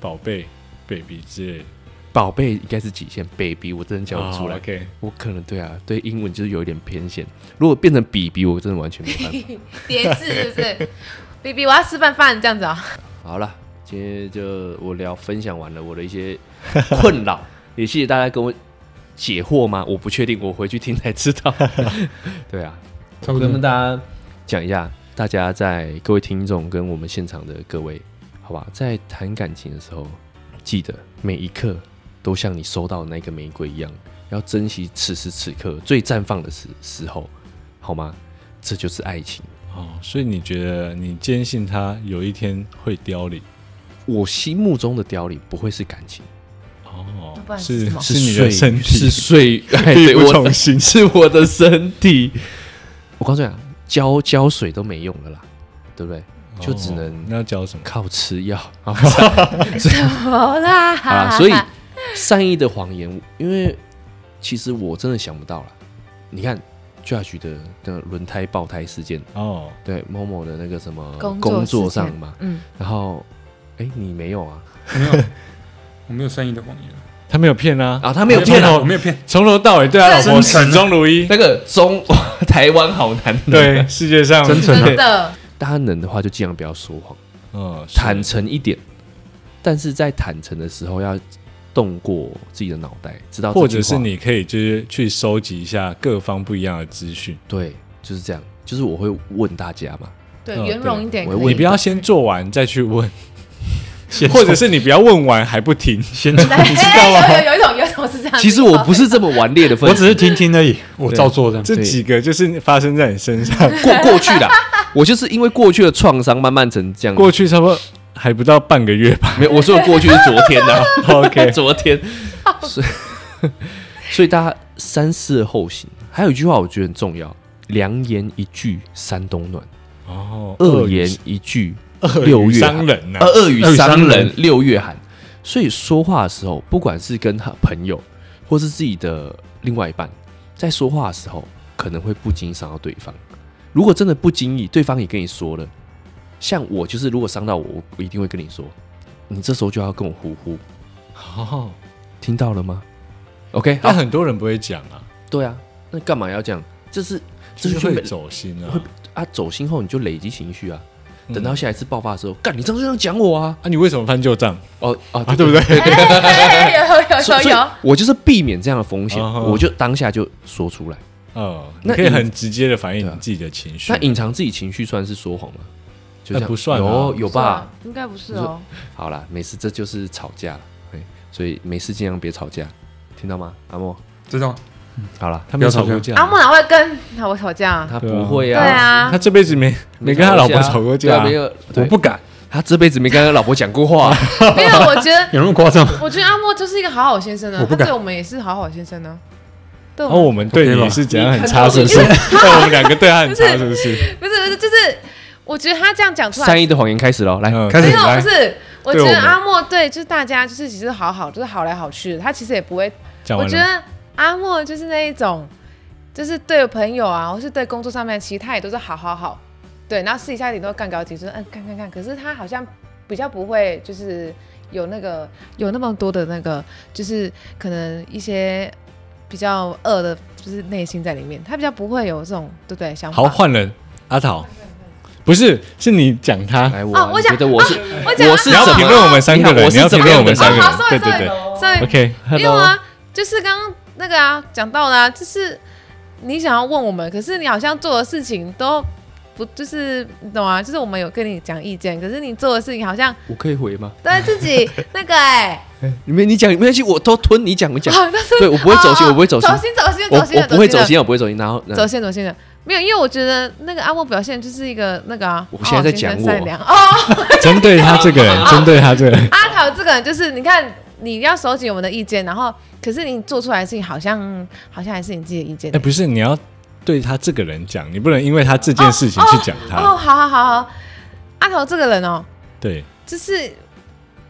Speaker 3: 宝贝、baby 之类的，
Speaker 2: 宝贝应该是极限，baby 我真的讲不出来。
Speaker 3: 哦 OK，
Speaker 2: 我可能对啊，对英文就是有一点偏见。如果变成 BB，我真的完全没办 法。
Speaker 1: 叠字是不是？B B，我要吃饭饭这样子啊、
Speaker 2: 好了，今天就我聊分享完了我的一些困 扰，也谢谢大家跟我解惑吗？我不确定，我回去听才知 道。对啊，
Speaker 4: 差
Speaker 2: 我
Speaker 4: 不多
Speaker 2: 跟大家讲一下，大家在各位听众跟我们现场的各位，好吧，在谈感情的时候，记得每一刻都像你收到的那个玫瑰一样，要珍惜此时此刻最绽放的时时候，好吗？这就是爱情。
Speaker 3: 哦，所以你觉得你坚信他有一天会凋零？
Speaker 2: 我心目中的凋零不会是感情，
Speaker 3: 哦
Speaker 1: 不，然是什
Speaker 3: 是
Speaker 1: 么
Speaker 3: 你的
Speaker 2: 睡
Speaker 3: 身体
Speaker 2: 是睡，哎，
Speaker 3: 力
Speaker 2: 对，
Speaker 3: 不
Speaker 2: 我
Speaker 3: 从 心。
Speaker 2: 是我的身体。我告诉你啊，浇浇水都没用了啦，对不对？就只能
Speaker 3: 哦那要教什么？
Speaker 2: 靠吃药啊！
Speaker 1: 怎么啦？
Speaker 2: 好啦，所以善意的谎言，因为其实我真的想不到啦。你看 Judge 的那个轮胎爆胎事件，
Speaker 3: 哦，
Speaker 2: 对 Momo 的那个什么
Speaker 1: 工作
Speaker 2: 工作
Speaker 1: 事件
Speaker 2: 上嘛，
Speaker 1: 嗯，
Speaker 2: 然后哎，你没有啊？
Speaker 4: 我没有，我没有善意的谎言，
Speaker 3: 他没有骗啊，
Speaker 2: 啊，他没有骗
Speaker 4: 我
Speaker 2: 啊。
Speaker 4: 我没有骗，
Speaker 3: 从头到尾对他老婆
Speaker 4: 真诚啊
Speaker 3: 始终如一。
Speaker 2: 那个中台湾好难，啊
Speaker 3: 对，世界 上
Speaker 4: 真诚啊
Speaker 1: 真
Speaker 4: 的。
Speaker 1: 的，
Speaker 2: 大家能的话就尽量不要说谎。
Speaker 3: 嗯是
Speaker 2: 坦诚一点，但是在坦诚的时候要动过自己的脑袋，知道这句话
Speaker 3: 或者是你可以就是去收集一下各方不一样的资讯，
Speaker 2: 对，就是这样。就是我会问大家嘛，
Speaker 1: 对，
Speaker 3: 嗯
Speaker 1: 圆融一点
Speaker 2: 对
Speaker 1: 可以。
Speaker 2: 我
Speaker 3: 你
Speaker 2: 也
Speaker 3: 不要先做完再去问，
Speaker 4: 先
Speaker 3: 或者是你不要问完还不听。
Speaker 4: 先，
Speaker 1: 来，你知道吗？哎有有有一种，有一种是这样。
Speaker 2: 啊其实我不是这么顽劣的分
Speaker 4: 我
Speaker 2: 子，
Speaker 4: 只是听听而已，我照做这样。
Speaker 3: 这几个就是发生在你身上，
Speaker 2: 过 过去啦。我就是因为过去的创伤，慢慢成这样。
Speaker 3: 过去差不多还不到半个月吧。
Speaker 2: 没有，我说的过去是昨天呐、
Speaker 3: OK
Speaker 2: 昨天。所以 所以大家三思而后行。还有一句话我觉得很重要：良言一句三冬暖，
Speaker 3: 哦，
Speaker 2: 恶言一句
Speaker 3: 恶语
Speaker 2: 六月寒
Speaker 3: 伤人啊呐、
Speaker 2: 呃，恶语
Speaker 4: 恶语
Speaker 2: 伤
Speaker 4: 伤
Speaker 2: 人
Speaker 4: 人，
Speaker 2: 六月寒。所以说话的时候，不管是跟他朋友，或是自己的另外一半，在说话的时候，可能会不经意伤到对方。如果真的不经意，对方也跟你说了，像我就是，如果伤到我，我我一定会跟你说，你这时候就要跟我呼呼，
Speaker 3: 哦，
Speaker 2: 听到了吗？OK，
Speaker 3: 但
Speaker 2: 好，
Speaker 3: 很多人不会讲啊，
Speaker 2: 对啊，那干嘛要这样？这是
Speaker 3: 就
Speaker 2: 这
Speaker 3: 是
Speaker 2: 就
Speaker 3: 会
Speaker 2: 没
Speaker 3: 走心啊
Speaker 2: 会。啊，走心后你就累积情绪啊，
Speaker 3: 嗯
Speaker 2: 等到下一次爆发的时候，干你这样这样讲我啊，
Speaker 3: 啊，你为什么翻旧账
Speaker 2: 哦啊，
Speaker 3: 啊？对不 对？
Speaker 1: 哎有
Speaker 2: 所
Speaker 1: 有有
Speaker 2: 以所以
Speaker 1: 有，
Speaker 2: 我就是避免这样的风险，
Speaker 3: 啊哈
Speaker 2: 我就当下就说出来。
Speaker 3: 哦，你
Speaker 2: 那
Speaker 3: 可以
Speaker 2: 隐
Speaker 3: 很直接的反映
Speaker 2: 对啊
Speaker 3: 你自己的情绪
Speaker 2: 那。隐藏自己情绪算是说谎吗？就
Speaker 3: 那
Speaker 2: 这样
Speaker 3: 不算啊
Speaker 2: 有有
Speaker 1: 是啊
Speaker 2: 吧？？
Speaker 1: 应该不是哦。
Speaker 2: 好啦，没事，这就是吵架了。哎所以没事尽量别吵架，听到吗？阿莫，
Speaker 4: 知道，
Speaker 2: 好啦，
Speaker 3: 他没有吵
Speaker 4: 不
Speaker 3: 过
Speaker 4: 要
Speaker 3: 架，
Speaker 1: 阿木哪会跟老婆吵架啊？
Speaker 2: 他不会
Speaker 1: 对
Speaker 2: 啊，
Speaker 1: 啊
Speaker 3: 他，这辈子没没跟他老婆吵过
Speaker 2: 对
Speaker 3: 架
Speaker 2: 啊
Speaker 3: 啊
Speaker 2: 没，有，
Speaker 4: 我
Speaker 2: 对
Speaker 4: 不敢，
Speaker 2: 他这辈子没跟他老婆讲 过话。
Speaker 1: 没有，啊我觉得，
Speaker 4: 有那么夸张吗？
Speaker 1: 我觉得阿莫就是一个好好先生呢啊
Speaker 4: 我，
Speaker 1: 他
Speaker 4: 不敢
Speaker 1: 对我们也是好好先生呢。对
Speaker 3: 然
Speaker 1: 我
Speaker 3: 后
Speaker 1: 们
Speaker 3: 我们对
Speaker 4: OK
Speaker 3: 你
Speaker 4: 吧
Speaker 3: 是怎样很
Speaker 2: 你看
Speaker 3: 差，
Speaker 2: 到
Speaker 3: 是不是？对我们两个对他很差，
Speaker 1: 就是
Speaker 3: 是不是？
Speaker 1: 不是不是，就是我觉得他这样讲出来
Speaker 2: 善，意的谎言开始了，来，
Speaker 3: 嗯
Speaker 4: 开
Speaker 1: 没
Speaker 4: 始
Speaker 1: 有
Speaker 3: 来
Speaker 1: 不是，我
Speaker 3: 对
Speaker 1: 觉
Speaker 3: 我
Speaker 1: 得
Speaker 3: 们
Speaker 1: 阿莫对，就是大家就是其实好好，就是好来好去的，他其实也不会
Speaker 3: 讲
Speaker 1: 我
Speaker 3: 完
Speaker 1: 觉
Speaker 3: 了，
Speaker 1: 得阿莫就是那一种，就是对朋友啊，或是对工作上面，其实他也都是好好好，对，然后私底下也都干高级，就是嗯干干干，可是他好像比较不会就是有那个有那么多的那个，就是可能一些比较恶的，就是内心在里面，他比较不会有这种对不对想法。
Speaker 3: 好换人，阿桃，不是，是你讲他，
Speaker 2: 来我
Speaker 1: 哦
Speaker 2: 啊，
Speaker 1: 我
Speaker 2: 你
Speaker 1: 讲
Speaker 2: 觉得我是
Speaker 1: 我讲啊
Speaker 2: 我是
Speaker 3: 你要
Speaker 2: 怎
Speaker 3: 评
Speaker 2: 么
Speaker 3: 论我们三个
Speaker 2: 你看
Speaker 3: 人，
Speaker 2: 我
Speaker 3: 你
Speaker 2: 是
Speaker 3: 要
Speaker 2: 怎
Speaker 3: 评
Speaker 2: 么
Speaker 3: 论我们
Speaker 2: 样的
Speaker 3: 三个
Speaker 1: 人
Speaker 3: 人
Speaker 1: 哦，
Speaker 3: 对
Speaker 1: ，sorry，
Speaker 3: 对对
Speaker 1: sorry，
Speaker 3: ，OK。
Speaker 1: 没有啊，就是刚刚那个啊，讲到啦、就是你想要问我们，可是你好像做的事情都不，就是你懂啊？就是我们有跟你讲意见，可是你做的事情好像
Speaker 2: 我可以回吗？
Speaker 1: 都在自己那个哎、
Speaker 2: 你没你讲没关系，我都吞，你讲我 讲，
Speaker 1: 好像是
Speaker 2: 对我不会走心，
Speaker 1: 哦
Speaker 2: 我不会走心
Speaker 1: 走，心，走心，
Speaker 2: 我
Speaker 1: 走心
Speaker 2: 我
Speaker 1: 了，
Speaker 2: 不会走
Speaker 1: 走
Speaker 2: 心，啊
Speaker 1: 了，
Speaker 2: 我不会走心，然后然后
Speaker 1: 走心，走心的。没有，因为我觉得那个阿莫表现就是一个那个啊，
Speaker 2: 我现在在讲
Speaker 1: 哦先生
Speaker 2: 我
Speaker 1: 善良哦。
Speaker 3: 针对他这个人，针对他这个人，
Speaker 1: 阿桃这个人就是，你看你要收集我们的意见，然后可是你做出来的事情好像好像还是你自己的意见
Speaker 3: 哎，。不是，你要对他
Speaker 1: 哦
Speaker 3: 这个人讲，你不能因为他这件事情去讲他。
Speaker 1: 哦，好好好好，阿桃这个人哦，
Speaker 3: 对，
Speaker 1: 就是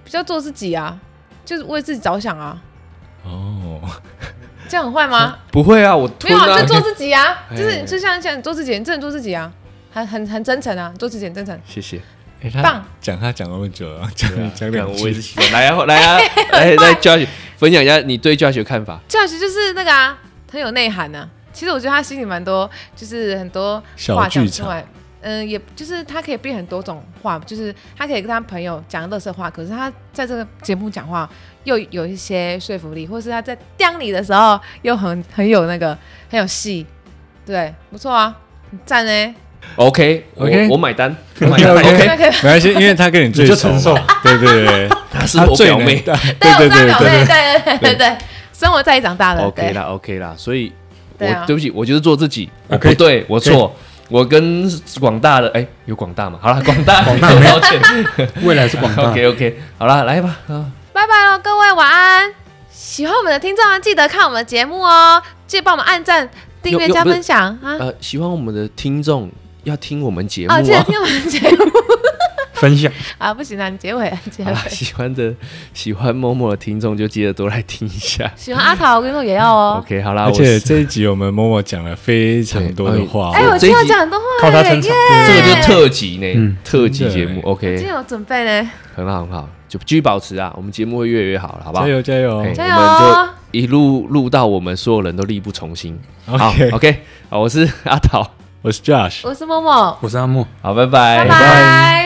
Speaker 1: 比较做自己啊，就是为自己着想啊，
Speaker 3: 哦，
Speaker 1: 这样很坏吗？
Speaker 2: 不会啊，我
Speaker 1: 没
Speaker 2: 吞
Speaker 1: 有啊，
Speaker 2: 啊
Speaker 1: 就。做自己啊，
Speaker 2: 哎
Speaker 1: 就是就像像做自己，你真的做自己啊，很很很真诚啊，做自己很真诚，
Speaker 2: 谢谢。
Speaker 3: 哎，他
Speaker 1: 棒
Speaker 3: 讲他讲那么久了，讲
Speaker 2: 对啊
Speaker 3: 讲两
Speaker 2: 干我也是
Speaker 3: 句，
Speaker 2: 喜欢。来啊，来 啊，来来 Josh 分享一下你对 Josh 的看法。
Speaker 1: 教学就是那个啊，很有内涵啊。其实我觉得他心里蛮多，就是很多话
Speaker 3: 小
Speaker 1: 讲
Speaker 3: 剧
Speaker 1: 出
Speaker 3: 场
Speaker 1: 来，嗯，也就是他可以变很多种话，就是他可以跟他朋友讲乐色话，可是他在这个节目讲话又有一些说服力，或是他在刁你的时候又很很有那个很有戏，对，不错啊，很赞呢、
Speaker 2: OK 我
Speaker 3: OK
Speaker 2: 我买 单，我买
Speaker 3: OK
Speaker 2: 单。
Speaker 3: OK，
Speaker 1: 那个
Speaker 3: 没关系，因为他跟你最
Speaker 4: 你就
Speaker 3: 熟
Speaker 4: 承
Speaker 3: 嘛，对对对，
Speaker 2: 她是
Speaker 3: 他
Speaker 2: 我
Speaker 3: 最
Speaker 2: 表
Speaker 3: 能
Speaker 2: 妹。
Speaker 3: 对
Speaker 1: 对，我是他
Speaker 3: 对对
Speaker 1: 表
Speaker 3: 对
Speaker 1: 妹，对对对对，生活在一起长大的
Speaker 2: OK
Speaker 1: 对
Speaker 2: 啦，OK 啦，所以我
Speaker 1: 对啊
Speaker 2: 对不起，我就是做自己，我
Speaker 4: OK
Speaker 2: 不对，我错，我跟广大的哎，有广大嘛？ 好了，广大，广大，抱歉。
Speaker 4: 未来是广大。
Speaker 2: OK OK，好了，来吧啊，
Speaker 1: 拜拜喽，各位晚安。喜欢我们的听众啊，记得看我们的节目哦，记得帮我们按赞、订阅、
Speaker 2: 有有
Speaker 1: 加
Speaker 2: 不是
Speaker 1: 分享啊。
Speaker 2: 呃，喜欢我们的听众要听我们节目
Speaker 1: 哦，记得
Speaker 2: 啊。
Speaker 1: 听我们的节 目
Speaker 4: 分享，
Speaker 1: 啊，不行啊，你结尾啊，结
Speaker 2: 好
Speaker 1: 尾
Speaker 2: 啦。 喜欢的喜欢某某的听众就记得多来听一下。
Speaker 1: 喜欢阿桃，我跟你说也要哦。
Speaker 2: OK，好啦，
Speaker 3: 而
Speaker 2: 啊我
Speaker 3: 且
Speaker 2: 是
Speaker 3: 这一集我们默默讲了非常多的话，
Speaker 1: 哎，
Speaker 2: 呦
Speaker 1: 我
Speaker 2: 这
Speaker 1: 今
Speaker 2: 一
Speaker 1: 天有
Speaker 2: 集
Speaker 1: 讲很多话
Speaker 4: 靠他
Speaker 1: 耶
Speaker 4: 撑场
Speaker 1: 耶，
Speaker 2: 这个就是特辑呢
Speaker 4: 嗯，
Speaker 2: 特辑
Speaker 3: 真的
Speaker 2: 节目
Speaker 1: 今
Speaker 3: 欸
Speaker 2: OK，
Speaker 1: 天有准备呢，
Speaker 2: 很好很好，就继续保持啊，我们节目会越来越好了，好不好
Speaker 3: 加？油加油
Speaker 2: 哎，
Speaker 1: 加油哦！
Speaker 2: 一路录到我们所有人都力不从心。好
Speaker 3: OK
Speaker 2: ，OK，好，我是阿桃，
Speaker 3: 我是 Josh，
Speaker 1: 我是默默，
Speaker 4: 我是阿莫。
Speaker 2: 好，拜拜，
Speaker 1: 拜。